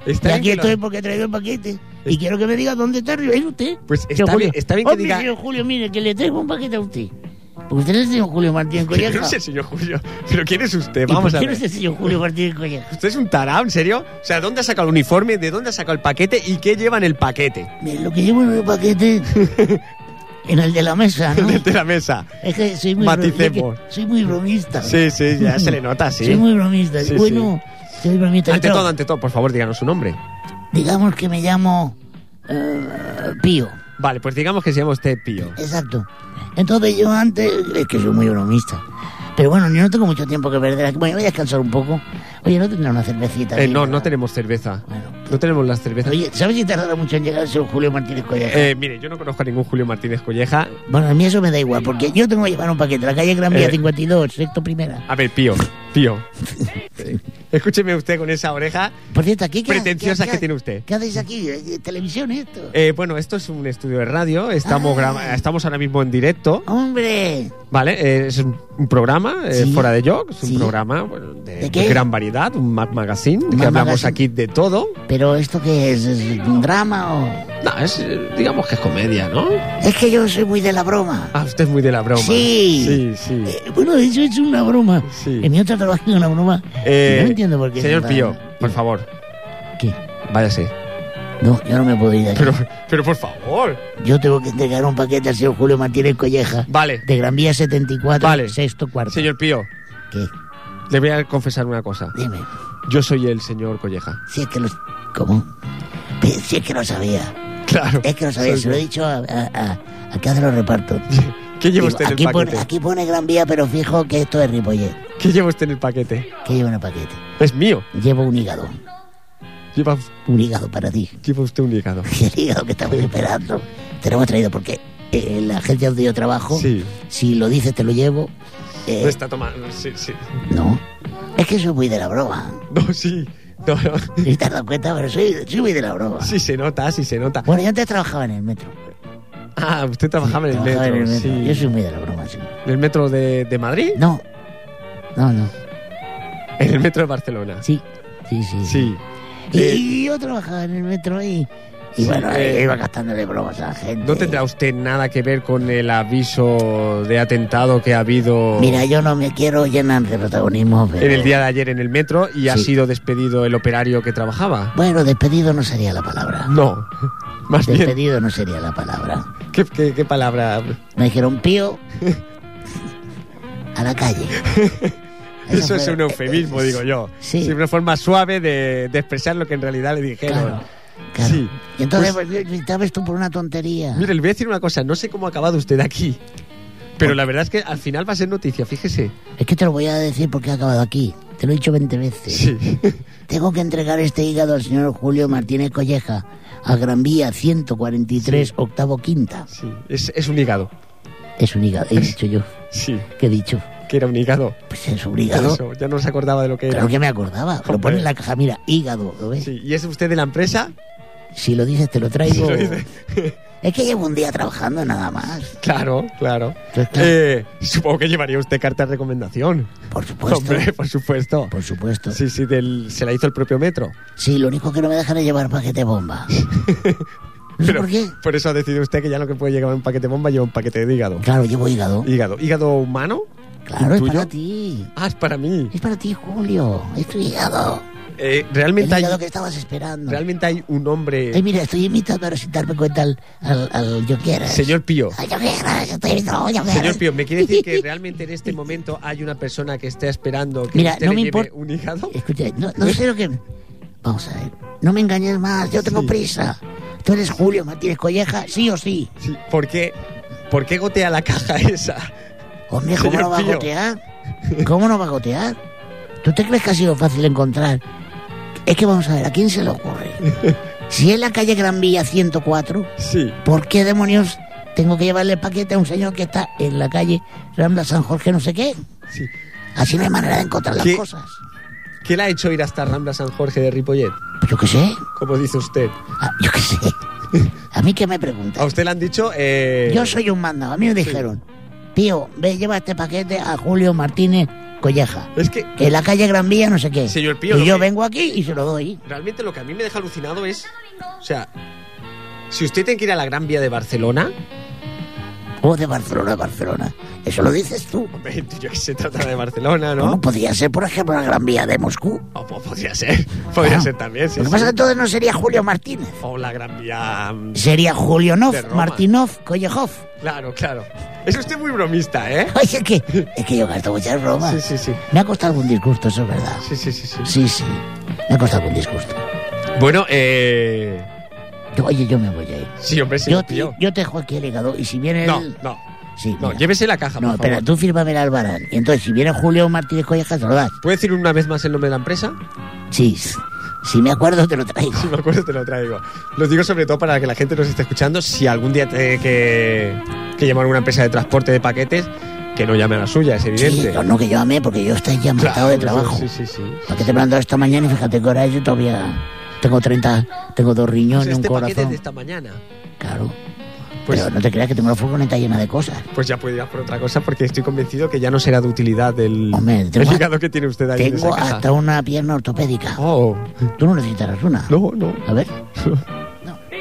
Speaker 5: Está
Speaker 6: y
Speaker 5: bien
Speaker 6: aquí
Speaker 5: que lo-
Speaker 6: estoy porque traigo el paquete. Y quiero que me diga dónde está. ¿Es usted?
Speaker 5: Pues
Speaker 6: Señor
Speaker 5: está
Speaker 6: Julio.
Speaker 5: bien, está bien que
Speaker 6: Hombre,
Speaker 5: diga...
Speaker 6: señor Julio, mire, que le traigo un paquete a usted. Porque usted es el señor Julio Martínez
Speaker 5: Que
Speaker 6: Colleja.
Speaker 5: No sé, señor Julio. Pero ¿quién es
Speaker 6: ¿Y
Speaker 5: usted? Vamos
Speaker 6: por
Speaker 5: a
Speaker 6: qué
Speaker 5: ver.
Speaker 6: no es este? el señor Julio Martínez Colleja?
Speaker 5: ¿Usted es un tarao, en serio? O sea, ¿dónde ha sacado el uniforme? ¿De dónde ha sacado el paquete? ¿Y qué lleva en el paquete?
Speaker 6: Mire, lo que llevo en el paquete, en el de la mesa, ¿no?
Speaker 5: De la mesa.
Speaker 6: Es que soy muy,
Speaker 5: Maticemos.
Speaker 6: es que soy muy bromista.
Speaker 5: Sí, sí, ya se le nota, sí.
Speaker 6: Soy muy bromista.
Speaker 5: Sí,
Speaker 6: bueno, soy bromista.
Speaker 5: Ante
Speaker 6: Pero
Speaker 5: todo, ante todo, por favor, díganos su nombre.
Speaker 6: Digamos que me llamo eh, Pío.
Speaker 5: Vale, pues digamos que se llama usted Pío.
Speaker 6: Exacto. Entonces yo antes... Es que soy muy bromista. Pero bueno, yo no tengo mucho tiempo que perder. Bueno, voy a descansar un poco. Oye, ¿no tendrá una cervecita?
Speaker 5: Eh,
Speaker 6: aquí?
Speaker 5: no, no tenemos cerveza.
Speaker 6: Bueno, pues
Speaker 5: no tenemos las cervezas.
Speaker 6: Oye, ¿sabes si tardará mucho en llegar el señor Julio Martínez Colleja?
Speaker 5: Eh, mire, yo no conozco a ningún Julio Martínez Colleja.
Speaker 6: Bueno, a mí eso me da igual, porque yo tengo que llevar un paquete a la calle Gran Vía
Speaker 5: Eh.
Speaker 6: 52, sexto primera.
Speaker 5: A ver, Pío, Pío. Eh, Escúcheme usted con esa oreja.
Speaker 6: Por cierto, aquí... ¿qué-
Speaker 5: Pretenciosa
Speaker 6: qué-
Speaker 5: que
Speaker 6: qué-
Speaker 5: tiene usted.
Speaker 6: ¿Qué hacéis aquí? Eh, ¿Televisión esto?
Speaker 5: Eh, bueno, esto es un estudio de radio. Estamos,
Speaker 6: Ah.
Speaker 5: graba- estamos ahora mismo en directo.
Speaker 6: ¡Hombre!
Speaker 5: Vale, eh, es un un programa eh,
Speaker 6: Sí.
Speaker 5: fuera de York, es un
Speaker 6: Sí.
Speaker 5: programa bueno, de,
Speaker 6: ¿De qué?
Speaker 5: gran variedad, un Mad Magazine, que
Speaker 6: Mad
Speaker 5: hablamos
Speaker 6: Magazine.
Speaker 5: aquí de todo.
Speaker 6: ¿Pero esto qué es? ¿Es un drama o...?
Speaker 5: No, es, eh, digamos que es comedia, ¿no?
Speaker 6: Es que yo soy muy de la broma.
Speaker 5: Ah, usted es muy de la broma.
Speaker 6: Sí.
Speaker 5: Sí, sí.
Speaker 6: Eh, bueno, de hecho es una broma.
Speaker 5: Sí.
Speaker 6: En mi otro trabajo es una broma.
Speaker 5: Eh,
Speaker 6: y no entiendo por qué.
Speaker 5: Señor
Speaker 6: se
Speaker 5: Pío,
Speaker 6: pagan.
Speaker 5: por favor,
Speaker 6: ¿Qué?
Speaker 5: váyase.
Speaker 6: No, yo no me puedo ir de aquí.
Speaker 5: Pero, pero por favor.
Speaker 6: Yo tengo que entregar un paquete al señor Julio Martínez Colleja.
Speaker 5: Vale,
Speaker 6: De Gran Vía 74,
Speaker 5: Vale.
Speaker 6: sexto cuarto.
Speaker 5: señor Pío,
Speaker 6: ¿Qué?
Speaker 5: le voy a confesar una cosa.
Speaker 6: Dime.
Speaker 5: Yo soy el señor Colleja.
Speaker 6: Si es que lo... ¿Cómo? Pe- Si es que lo sabía.
Speaker 5: Claro.
Speaker 6: Es que lo sabía.
Speaker 5: Soy
Speaker 6: Se lo he
Speaker 5: yo.
Speaker 6: dicho a, a, a, a que hace los repartos.
Speaker 5: ¿Qué lleva
Speaker 6: Digo,
Speaker 5: usted en el
Speaker 6: aquí, pone,
Speaker 5: paquete?
Speaker 6: aquí pone Gran Vía, pero fijo que esto es Ripollet.
Speaker 5: ¿Qué lleva usted en el paquete?
Speaker 6: ¿Qué lleva en el paquete?
Speaker 5: Es mío.
Speaker 6: Llevo un hígado.
Speaker 5: Lleva,
Speaker 6: Un hígado para ti.
Speaker 5: lleva usted un hígado.
Speaker 6: El hígado que estamos esperando. Te lo hemos traído porque eh, la agencia donde yo trabajo,
Speaker 5: Sí. Pues-
Speaker 6: si lo dices, te lo llevo. Eh,
Speaker 5: No está tomando. Sí, sí.
Speaker 6: No. Es que soy muy de la broma.
Speaker 5: No, sí. No, no.
Speaker 6: Si te has dado cuenta, pero soy, soy muy de la broma.
Speaker 5: Sí se nota, sí se nota.
Speaker 6: Bueno, yo antes trabajaba en el metro.
Speaker 5: Ah, usted trabajaba en el
Speaker 6: Trabajaba
Speaker 5: metro.
Speaker 6: en el metro.
Speaker 5: sí.
Speaker 6: Yo soy muy de la broma, sí.
Speaker 5: ¿En el metro de, de Madrid?
Speaker 6: No. No, no.
Speaker 5: En el metro de Barcelona.
Speaker 6: Sí. Sí, sí.
Speaker 5: Sí.
Speaker 6: Y,
Speaker 5: Eh,
Speaker 6: y yo trabajaba en el metro y, y
Speaker 5: Sí,
Speaker 6: bueno,
Speaker 5: eh,
Speaker 6: iba gastándole bromas a la gente.
Speaker 5: ¿No tendrá usted nada que ver con el aviso de atentado que ha habido
Speaker 6: Mira, yo no me quiero llenar de protagonismo. pero-
Speaker 5: en el día de ayer en el metro y ha
Speaker 6: Sí.
Speaker 5: sido despedido el operario que trabajaba?
Speaker 6: Bueno, despedido no sería la palabra.
Speaker 5: No. Más bien,
Speaker 6: Despedido no sería la palabra.
Speaker 5: ¿qué, qué- qué palabra?
Speaker 6: Me dijeron pío a la calle.
Speaker 5: Eso es
Speaker 6: fue-
Speaker 5: un eufemismo, digo yo.
Speaker 6: Sí.
Speaker 5: Es una forma suave de, de expresar lo que en realidad le dijeron.
Speaker 6: Claro, claro.
Speaker 5: Sí.
Speaker 6: Y entonces
Speaker 5: Pues-
Speaker 6: pues, gritabas tú por una tontería.
Speaker 5: Mire, le voy a decir una cosa, no sé cómo ha acabado usted aquí, pero
Speaker 6: Pues
Speaker 5: la verdad es que al final va a ser noticia, fíjese.
Speaker 6: Es que te lo voy a decir porque he acabado aquí. Te lo he dicho 20 veces. Tengo que entregar este hígado al señor Julio Martínez Colleja a Gran Vía 143, octavo quinta.
Speaker 5: sí. Es, es un hígado.
Speaker 6: Es un hígado, he dicho yo.
Speaker 5: Sí,
Speaker 6: ¿Qué he dicho?
Speaker 5: que era un hígado.
Speaker 6: Pues es un hígado.
Speaker 5: Eso, ya no se acordaba de lo que era.
Speaker 6: Claro que me acordaba. Lo pone en la caja, mira, hígado, ¿lo ves?
Speaker 5: Sí, ¿Y es usted de la empresa?
Speaker 6: Si lo dices, te lo traigo.
Speaker 5: lo dices.
Speaker 6: es que llevo un día trabajando nada más.
Speaker 5: Claro, claro.
Speaker 6: Pues claro.
Speaker 5: Eh, supongo que llevaría usted carta de recomendación.
Speaker 6: Por supuesto.
Speaker 5: Hombre, por supuesto.
Speaker 6: Por supuesto. Sí.
Speaker 5: Sí, sí, del, se la hizo el propio metro.
Speaker 6: lo único que no me dejan es llevar paquete bomba. No sé
Speaker 5: Pero
Speaker 6: por qué.
Speaker 5: por eso ha decidido usted que ya lo que puede llegar un paquete bomba lleva un paquete de hígado.
Speaker 6: Claro, llevo hígado.
Speaker 5: Hígado. ¿Hígado humano?
Speaker 6: Claro, es
Speaker 5: ¿Tuyo?
Speaker 6: para ti.
Speaker 5: Ah, es para mí.
Speaker 6: Es para ti, Julio. Es tu hígado.
Speaker 5: Eh,
Speaker 6: El
Speaker 5: realmente hay
Speaker 6: hígado que estabas esperando.
Speaker 5: Realmente hay un
Speaker 6: Eh,
Speaker 5: hombre.
Speaker 6: mira, estoy imitando ahora sin darme cuenta al, al, al yo quiera.
Speaker 5: Señor Pío.
Speaker 6: yo quiera, yo estoy imitando al yo quiera.
Speaker 5: Señor Pío, ¿me quiere decir que realmente en este momento hay una persona que está esperando que
Speaker 6: Mira,
Speaker 5: usted
Speaker 6: no
Speaker 5: le
Speaker 6: me
Speaker 5: lleve
Speaker 6: import-
Speaker 5: un hígado?
Speaker 6: Escucha, no, no sé lo que... Vamos a ver. No me engañes más, yo tengo
Speaker 5: Sí.
Speaker 6: prisa. Tú eres Julio Martínez Colleja, sí o sí.
Speaker 5: Sí, ¿por qué? ¿Por qué gotea la caja esa?
Speaker 6: Hombre, ¿cómo
Speaker 5: Señor
Speaker 6: no va a
Speaker 5: Pío.
Speaker 6: gotear? ¿Cómo no va a gotear? ¿Tú te crees que ha sido fácil encontrar? Es que vamos a ver, ¿a quién se le ocurre? Si es la calle Gran Vía 104,
Speaker 5: Sí.
Speaker 6: ¿por qué demonios tengo que llevarle el paquete a un señor que está en la calle Rambla San Jorge no sé qué?
Speaker 5: sí.
Speaker 6: Así no hay manera de encontrar las
Speaker 5: ¿Qué?
Speaker 6: cosas.
Speaker 5: ¿Qué la ha hecho ir hasta Rambla San Jorge de Ripollet?
Speaker 6: Pues Yo qué sé,
Speaker 5: Como dice usted.
Speaker 6: Ah, yo qué sé. A mí que me preguntan.
Speaker 5: A usted le han dicho. eh,
Speaker 6: Yo soy un mandado. A mí me dijeron, tío, ve, lleva este paquete a Julio Martínez Colleja.
Speaker 5: Es que
Speaker 6: Que en la calle Gran Vía, no sé qué.
Speaker 5: Señor Pío,
Speaker 6: Y
Speaker 5: lo
Speaker 6: yo
Speaker 5: que-
Speaker 6: vengo aquí y se lo doy.
Speaker 5: realmente lo que a mí me deja alucinado es. O sea, si usted tiene que ir a la Gran Vía de Barcelona.
Speaker 6: O Oh, de Barcelona a Barcelona. Eso lo dices tú.
Speaker 5: hombre, Yo que se trata de Barcelona,
Speaker 6: ¿No?
Speaker 5: ¿no?
Speaker 6: podría ser, por ejemplo, la Gran Vía de Moscú.
Speaker 5: O, po- podría ser. Podría
Speaker 6: Ah.
Speaker 5: ser también. sí,
Speaker 6: lo que
Speaker 5: sí.
Speaker 6: pasa es que entonces no sería Julio Martínez.
Speaker 5: O la Gran Vía. mm,
Speaker 6: Sería Julio Noff,
Speaker 5: De Roma.
Speaker 6: Martinov, Collejov.
Speaker 5: Claro, claro. Es usted muy bromista, ¿eh?
Speaker 6: Oye, es que, es que yo gasto muchas bromas.
Speaker 5: Sí, sí, sí.
Speaker 6: Me ha costado algún disgusto, eso es verdad.
Speaker 5: Sí, sí, sí, sí.
Speaker 6: Sí, sí. Me ha costado algún disgusto.
Speaker 5: Bueno, eh.
Speaker 6: Yo- oye, yo me voy a ir.
Speaker 5: Sí, hombre, sí,
Speaker 6: yo,
Speaker 5: lo
Speaker 6: te-
Speaker 5: pilló.
Speaker 6: yo te dejo aquí el hegado y si viene
Speaker 5: No,
Speaker 6: el...
Speaker 5: no.
Speaker 6: Sí,
Speaker 5: No,
Speaker 6: mira.
Speaker 5: llévese la caja,
Speaker 6: No,
Speaker 5: por
Speaker 6: espera,
Speaker 5: favor.
Speaker 6: tú fírmame el albarán. Y entonces, si viene Julio Martínez Colleja, te lo das.
Speaker 5: ¿Puede decir una vez más el nombre de la empresa?
Speaker 6: Sí. Si me acuerdo, te lo traigo.
Speaker 5: Si me acuerdo te lo traigo. Lo digo sobre todo para que la gente nos esté escuchando. Si algún día tiene que, que llamar a una empresa de transporte de paquetes, que no llame a la suya, es
Speaker 6: Sí,
Speaker 5: evidente.
Speaker 6: no, no, que yo amé, porque yo estoy ya
Speaker 5: Claro,
Speaker 6: matado de trabajo.
Speaker 5: Sí, sí, sí.
Speaker 6: ¿Para qué te me lo han dado esta mañana? Y fíjate que ahora yo todavía tengo 30, tengo dos riñones,
Speaker 5: Pues este
Speaker 6: un
Speaker 5: paquete es de
Speaker 6: corazón.
Speaker 5: esta mañana.
Speaker 6: Claro.
Speaker 5: Pues,
Speaker 6: Pero no te creas que tengo la furgoneta llena de cosas.
Speaker 5: pues ya puede ir a por otra cosa porque estoy convencido que ya no será de utilidad el,
Speaker 6: Hombre, tengo
Speaker 5: el
Speaker 6: a-
Speaker 5: hígado que tiene usted ahí en esa
Speaker 6: Tengo
Speaker 5: caja.
Speaker 6: hasta una pierna ortopédica.
Speaker 5: Oh,
Speaker 6: Tú no necesitarás una.
Speaker 5: no, no.
Speaker 6: A ver.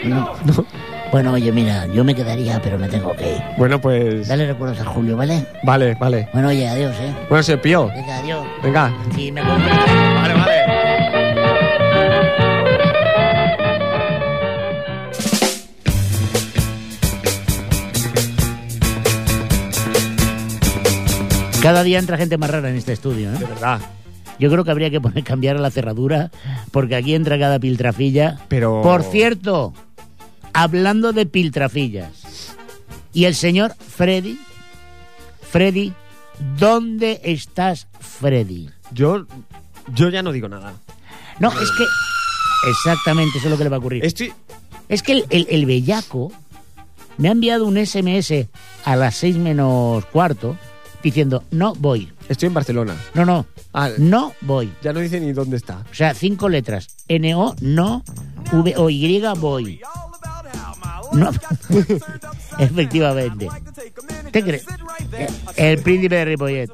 Speaker 6: No, no. Bueno, oye, mira, yo me quedaría, pero me tengo que ir.
Speaker 5: Bueno, pues...
Speaker 6: Dale recuerdos a Julio, ¿vale?
Speaker 5: Vale, vale.
Speaker 6: Bueno, oye, adiós, ¿eh?
Speaker 5: Bueno, se pío.
Speaker 6: Venga, adiós.
Speaker 5: Venga.
Speaker 6: Sí, me voy.
Speaker 5: Vale, vale.
Speaker 6: Cada día entra gente más rara en este estudio, ¿eh?
Speaker 5: De verdad.
Speaker 6: Yo creo que habría que poner cambiar la cerradura, porque aquí entra cada piltrafilla.
Speaker 5: Pero-
Speaker 6: Por cierto, hablando de piltrafillas, y el señor Freddy, Freddy, ¿dónde estás, Freddy?
Speaker 5: Yo, yo ya no digo nada.
Speaker 6: No, es que. Exactamente, eso es lo que le va a ocurrir.
Speaker 5: Estoy...
Speaker 6: Es que el, el- el bellaco me ha enviado un SMS a las seis menos cuarto diciendo, no voy.
Speaker 5: Estoy en Barcelona.
Speaker 6: No, no,
Speaker 5: Ah,
Speaker 6: no voy.
Speaker 5: ya no dice ni dónde está.
Speaker 6: O sea, cinco letras. N-O, no, V-O-Y, voy. No. Efectivamente. ¿Te crees? Eh, El príncipe de Ripollet.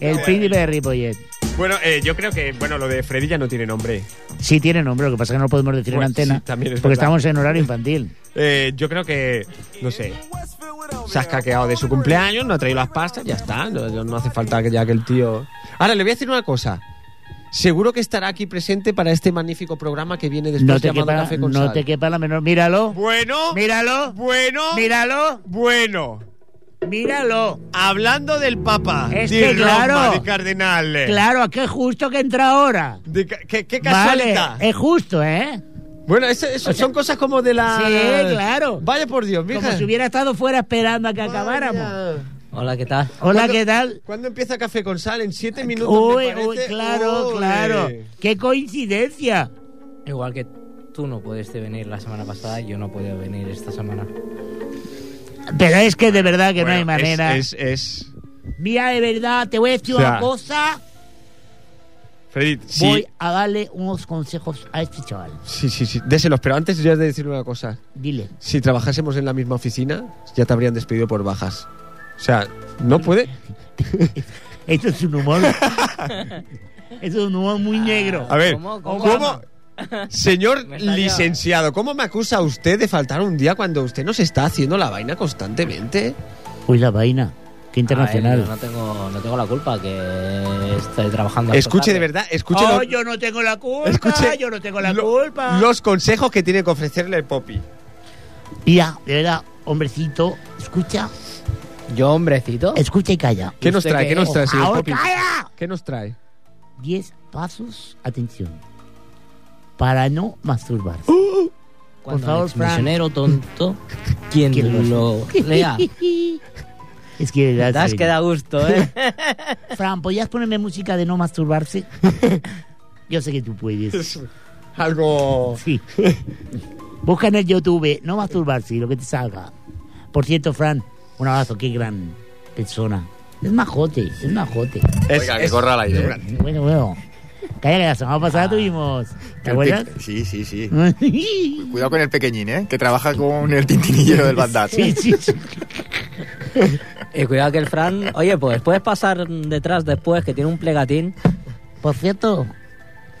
Speaker 6: El príncipe de Ripollet.
Speaker 5: Bueno, eh, yo creo que bueno, lo de Freddy ya no tiene nombre.
Speaker 6: Sí tiene nombre, lo que pasa es que no lo podemos decir
Speaker 5: Bueno,
Speaker 6: en antena.
Speaker 5: sí, también es
Speaker 6: porque
Speaker 5: verdad.
Speaker 6: estamos en horario infantil.
Speaker 5: Eh, yo creo que, no sé, se ha caqueado de su cumpleaños, no ha traído las pastas, ya está. No, no- no hace falta que ya que el tío... Ahora, le voy a decir una cosa. Seguro que estará aquí presente para este magnífico programa que viene después
Speaker 6: No te,
Speaker 5: llamado
Speaker 6: quepa,
Speaker 5: Café con
Speaker 6: no
Speaker 5: Sal.
Speaker 6: te quepa la menor. Míralo.
Speaker 5: Bueno,
Speaker 6: Míralo.
Speaker 5: bueno,
Speaker 6: Míralo.
Speaker 5: bueno.
Speaker 6: Míralo.
Speaker 5: Hablando del Papa,
Speaker 6: Es
Speaker 5: di
Speaker 6: que
Speaker 5: Roma,
Speaker 6: claro.
Speaker 5: di Cardenale.
Speaker 6: Claro, que es justo que entra ahora.
Speaker 5: De ca- qué, qué
Speaker 6: Vale,
Speaker 5: casualidad.
Speaker 6: es justo, ¿eh?
Speaker 5: Bueno, eso, eso son cosas como de la.
Speaker 6: Sí, claro.
Speaker 5: Vaya por Dios, mija.
Speaker 6: Como si hubiera estado fuera esperando a que
Speaker 5: Vaya.
Speaker 6: acabáramos.
Speaker 7: Hola, ¿qué tal?
Speaker 6: Hola,
Speaker 5: ¿Cuándo-
Speaker 6: ¿qué tal?
Speaker 5: ¿Cuándo empieza Café con Sal? En siete minutos.
Speaker 6: Uy,
Speaker 5: me
Speaker 6: uy,
Speaker 5: parece.
Speaker 6: claro,
Speaker 5: Uy.
Speaker 6: claro. ¡Qué coincidencia!
Speaker 7: Igual que tú no pudiste venir la semana pasada, yo no puedo venir esta semana.
Speaker 6: Pero es que de verdad que
Speaker 5: Bueno,
Speaker 6: no hay manera.
Speaker 5: Es, es, es-
Speaker 6: Mira, de verdad, te voy a decir
Speaker 5: O sea,
Speaker 6: una cosa.
Speaker 5: Freddy,
Speaker 6: Voy
Speaker 5: sí.
Speaker 6: a darle unos consejos a este chaval.
Speaker 5: Sí, sí, sí. Déselos, pero antes yo he de decir una cosa.
Speaker 6: Dile.
Speaker 5: Si trabajásemos en la misma oficina, ya te habrían despedido por bajas. O sea, no puede.
Speaker 6: Esto es un humor. Esto es un humor muy negro.
Speaker 5: Ah. A ver,
Speaker 7: ¿Cómo?
Speaker 5: ¿cómo?
Speaker 7: ¿Cómo?
Speaker 5: Señor
Speaker 7: Me está
Speaker 5: licenciado, ¿cómo me acusa usted de faltar un día cuando usted nos está haciendo la vaina constantemente?
Speaker 6: Uy, la vaina. Qué
Speaker 7: A ver, yo
Speaker 6: internacional.
Speaker 7: Ah, eh, no, tengo, no tengo la culpa que estoy trabajando. hasta
Speaker 5: Escuche de
Speaker 7: tarde.
Speaker 5: verdad, escuche,
Speaker 6: Oh,
Speaker 5: lo-
Speaker 6: yo no tengo la culpa.
Speaker 5: escuche
Speaker 6: yo no tengo la
Speaker 5: lo-
Speaker 6: culpa.
Speaker 5: los consejos que tiene que ofrecerle el Poppy.
Speaker 6: Mira, de verdad, hombrecito, escucha,
Speaker 7: Yo, hombrecito.
Speaker 6: escucha y calla.
Speaker 5: ¿Qué nos
Speaker 7: ¿Usted
Speaker 5: trae?
Speaker 7: qué
Speaker 5: ¿Qué nos
Speaker 7: es?
Speaker 5: trae, señor
Speaker 6: ¡Ahora
Speaker 5: Poppy?
Speaker 6: calla!
Speaker 5: ¿Qué nos trae?
Speaker 6: 10 pasos, atención, para no masturbarse. por
Speaker 7: Cuando
Speaker 6: favor,
Speaker 7: el misionero tonto, quien
Speaker 6: ¿Quién lo
Speaker 7: lo lea.
Speaker 6: es que
Speaker 7: Te has
Speaker 6: sí.
Speaker 7: quedado gusto, ¿eh?
Speaker 6: Fran, ¿podías ponerme música de no masturbarse? Yo sé que tú puedes.
Speaker 5: Algo.
Speaker 6: Sí. Busca en el YouTube, no masturbarse, lo que te salga. Por cierto, Fran, un abrazo, qué gran persona. Es majote, es majote.
Speaker 4: Oiga, que corra al aire. ¿eh?
Speaker 6: Bueno, bueno. Calla que la semana pasada tuvimos. ¿Te acuerdas?
Speaker 4: Sí, sí, sí. Cuidado con el pequeñín, ¿eh? Que trabaja con el tintinillo del Bagdad.
Speaker 6: Sí, sí, sí.
Speaker 7: Y Eh, cuidado que el Fran. Oye, pues puedes pasar detrás después que tiene un plegatín.
Speaker 6: Por cierto,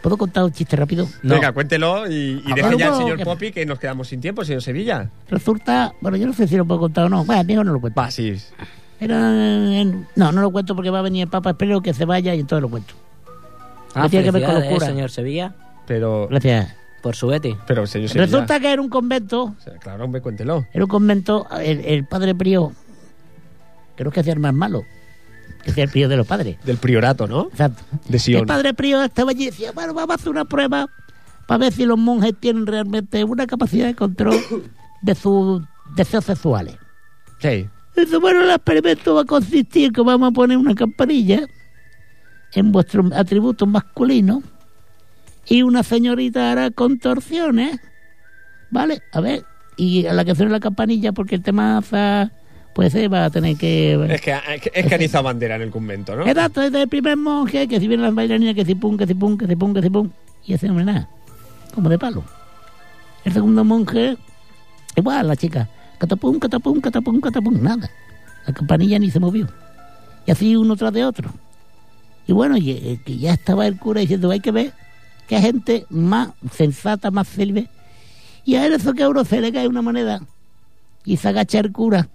Speaker 6: ¿puedo contar un chiste rápido?
Speaker 7: No.
Speaker 5: Venga, cuéntelo y, y
Speaker 6: Ah,
Speaker 5: deje ya al
Speaker 6: bueno,
Speaker 5: señor
Speaker 6: que-
Speaker 5: Poppy que nos quedamos sin tiempo, señor Sevilla.
Speaker 6: Resulta, bueno, yo no sé si lo puedo contar o no. Bueno, mejor no lo cuento.
Speaker 5: Va, sí.
Speaker 6: Era en- no, no lo cuento porque va a venir el Papa. Espero que se vaya y entonces lo cuento.
Speaker 7: Ah,
Speaker 6: No tiene que ver con
Speaker 7: felicidades,
Speaker 6: locura.
Speaker 7: señor Sevilla,
Speaker 5: Pero,
Speaker 6: Gracias.
Speaker 7: por su Betty.
Speaker 5: pero señor Sevilla.
Speaker 6: Resulta que era un convento,
Speaker 5: O sea, claro, hombre, cuéntelo.
Speaker 6: era un convento, el, el padre Pío, creo que hacía el más malo, que hacía el Pío de los padres.
Speaker 5: Del priorato, ¿no?
Speaker 6: Exacto.
Speaker 5: De
Speaker 6: El
Speaker 5: Sion.
Speaker 6: padre Pío estaba allí y decía, bueno, vamos a hacer una prueba para ver si los monjes tienen realmente una capacidad de control de sus deseos sexuales.
Speaker 5: Sí.
Speaker 6: Dice, bueno, el experimento va a consistir que vamos a poner una campanilla en vuestros atributos masculinos
Speaker 2: y una señorita hará contorsiones, ¿vale? A ver, y a la que suene la campanilla, porque el tema za, pues eh, va a tener que...
Speaker 5: Es que es que aniza bandera en el convento, ¿no?
Speaker 2: Exacto, es del primer monje, que si vienen las bailarinas, que si pum, que si pum, que si pum, que si pum. Y ese hombre nada, como de palo. El segundo monje, igual la chica, catapum, catapum, catapum, catapum, nada. La campanilla ni se movió. Y así uno tras de otro. Y bueno, y, eh, que ya estaba el cura diciendo, hay que ver qué gente más sensata, más firme. Y a eso que a uno se le cae una moneda. Y se agacha el cura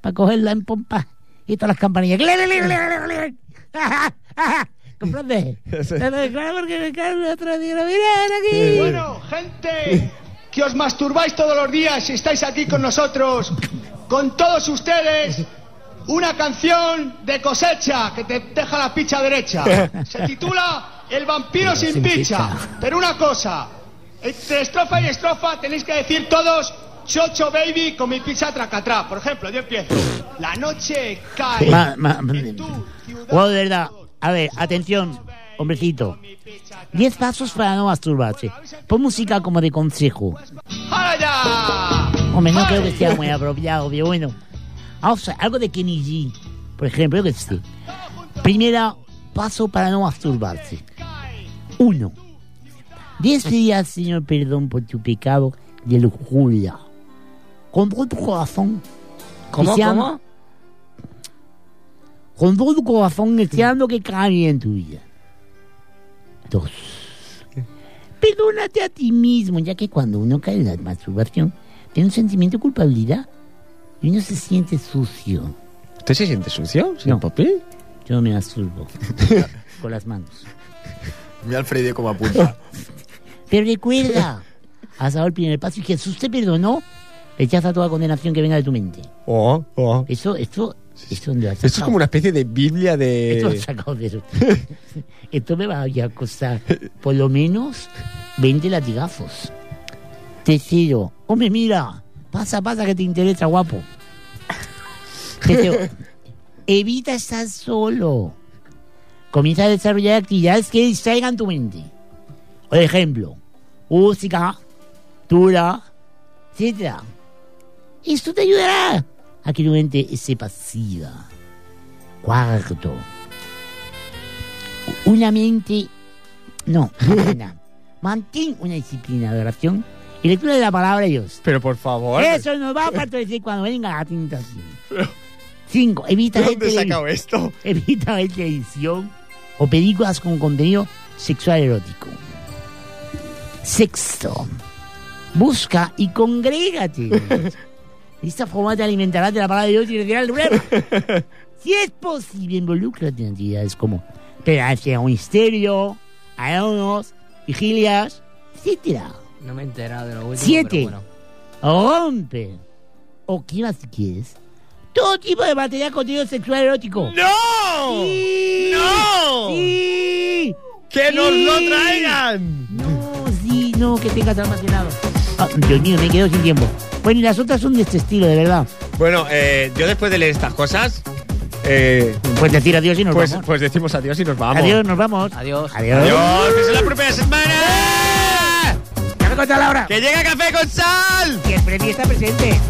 Speaker 2: para cogerla en pompa. Y todas las campanillas. "Glin, glin, glin, glin, glin". Ajá, ajá. ¿Comprendes?
Speaker 5: Sí.
Speaker 2: Pero Claro, porque claro, otro día lo miran aquí.
Speaker 8: Bueno, gente, que os masturbáis todos los días y estáis aquí con nosotros, con todos ustedes, una canción de cosecha que te deja la picha derecha. Se titula El vampiro sin,
Speaker 7: sin
Speaker 8: picha.
Speaker 7: picha.
Speaker 8: Pero una cosa, entre estrofa y estrofa tenéis que decir todos. Chocho baby con mi picha tracatrá. Por ejemplo, yo empiezo. La noche cae.
Speaker 2: Ma- ma-
Speaker 8: en tu ciudad.
Speaker 2: Guau, de verdad. A ver, atención, hombrecito. Diez pasos para no masturbarse. Pon música como de consejo.
Speaker 8: ¡Hala ya!
Speaker 2: Hombre, no creo
Speaker 8: ¡Ay!
Speaker 2: que sea muy apropiado, pero bueno. Vamos a algo de Kenny G. Por ejemplo, yo que sé. Primera paso para no masturbarse. Uno. Diez días, Señor, perdón por tu pecado de lujuria. Con todo tu corazón.
Speaker 7: ¿Cómo,
Speaker 2: deseando-
Speaker 7: cómo?
Speaker 2: con todo tu corazón deseando que cambie en tu vida. Dos. Perdónate a ti mismo, ya que cuando uno cae en la masturbación, tiene un sentimiento de culpabilidad y uno se siente sucio.
Speaker 5: ¿Usted se siente sucio, señor
Speaker 2: No.
Speaker 5: Popín?
Speaker 2: Yo me masturbo con las manos.
Speaker 6: Mira Alfredo como apunta.
Speaker 2: Pero recuerda, has dado el primer paso y Jesús te perdonó, rechaza toda condenación que venga de tu mente.
Speaker 5: Oh, oh.
Speaker 2: Eso, esto, esto no lo has
Speaker 5: Esto es
Speaker 2: sacado.
Speaker 5: como una especie de Biblia
Speaker 2: Esto lo he
Speaker 5: de.
Speaker 2: sacado de eso. Esto me va a costar por lo menos 20 latigazos. Tercero, hombre, mira, pasa, pasa que te interesa, guapo. Tercero, evita estar solo. Comienza a desarrollar actividades que distraigan tu mente. Por ejemplo, música, tura, etcétera. Esto te ayudará a que tu mente se pasiva. Cuarto. Una mente. No, mantén, mantén una disciplina de oración y lectura de la palabra de Dios.
Speaker 5: Pero por favor.
Speaker 2: Eso nos va a fortalecer cuando venga la tentación. Cinco, evita
Speaker 5: ¿de
Speaker 2: la,
Speaker 5: ¿Dónde he
Speaker 2: tele-
Speaker 5: sacado esto?
Speaker 2: evita la televisión o películas con contenido sexual erótico. Sexto, busca y congrégate. De esta forma te alimentarás de la palabra de Dios y te dirá el problema. Si es posible, involúcrate en actividades como pedazo a un misterio, ayunos, vigilias, etcétera.
Speaker 7: No me he enterado de lo último.
Speaker 2: Siete.
Speaker 7: pero bueno.
Speaker 2: Rompe. O qué más quieres. Todo tipo de material contenido sexual erótico.
Speaker 5: ¡No!
Speaker 2: Sí.
Speaker 5: ¡No!
Speaker 2: Sí.
Speaker 5: ¡Que nos lo
Speaker 2: Sí.
Speaker 5: traigan!
Speaker 2: No, sí, no, que tengas almacenado. Ah, Dios mío, me quedo sin tiempo. Bueno, y las otras son de este estilo, de verdad.
Speaker 5: Bueno, eh, yo después de leer estas cosas, eh,
Speaker 2: Pues decir adiós y nos
Speaker 5: pues,
Speaker 2: vamos.
Speaker 5: pues decimos adiós y nos vamos.
Speaker 2: Adiós, nos vamos.
Speaker 7: Adiós.
Speaker 2: Adiós.
Speaker 5: Adiós, que es la propia semana.
Speaker 2: Ya me contó Laura.
Speaker 5: Que llega café con sal.
Speaker 2: Que el premio está presente.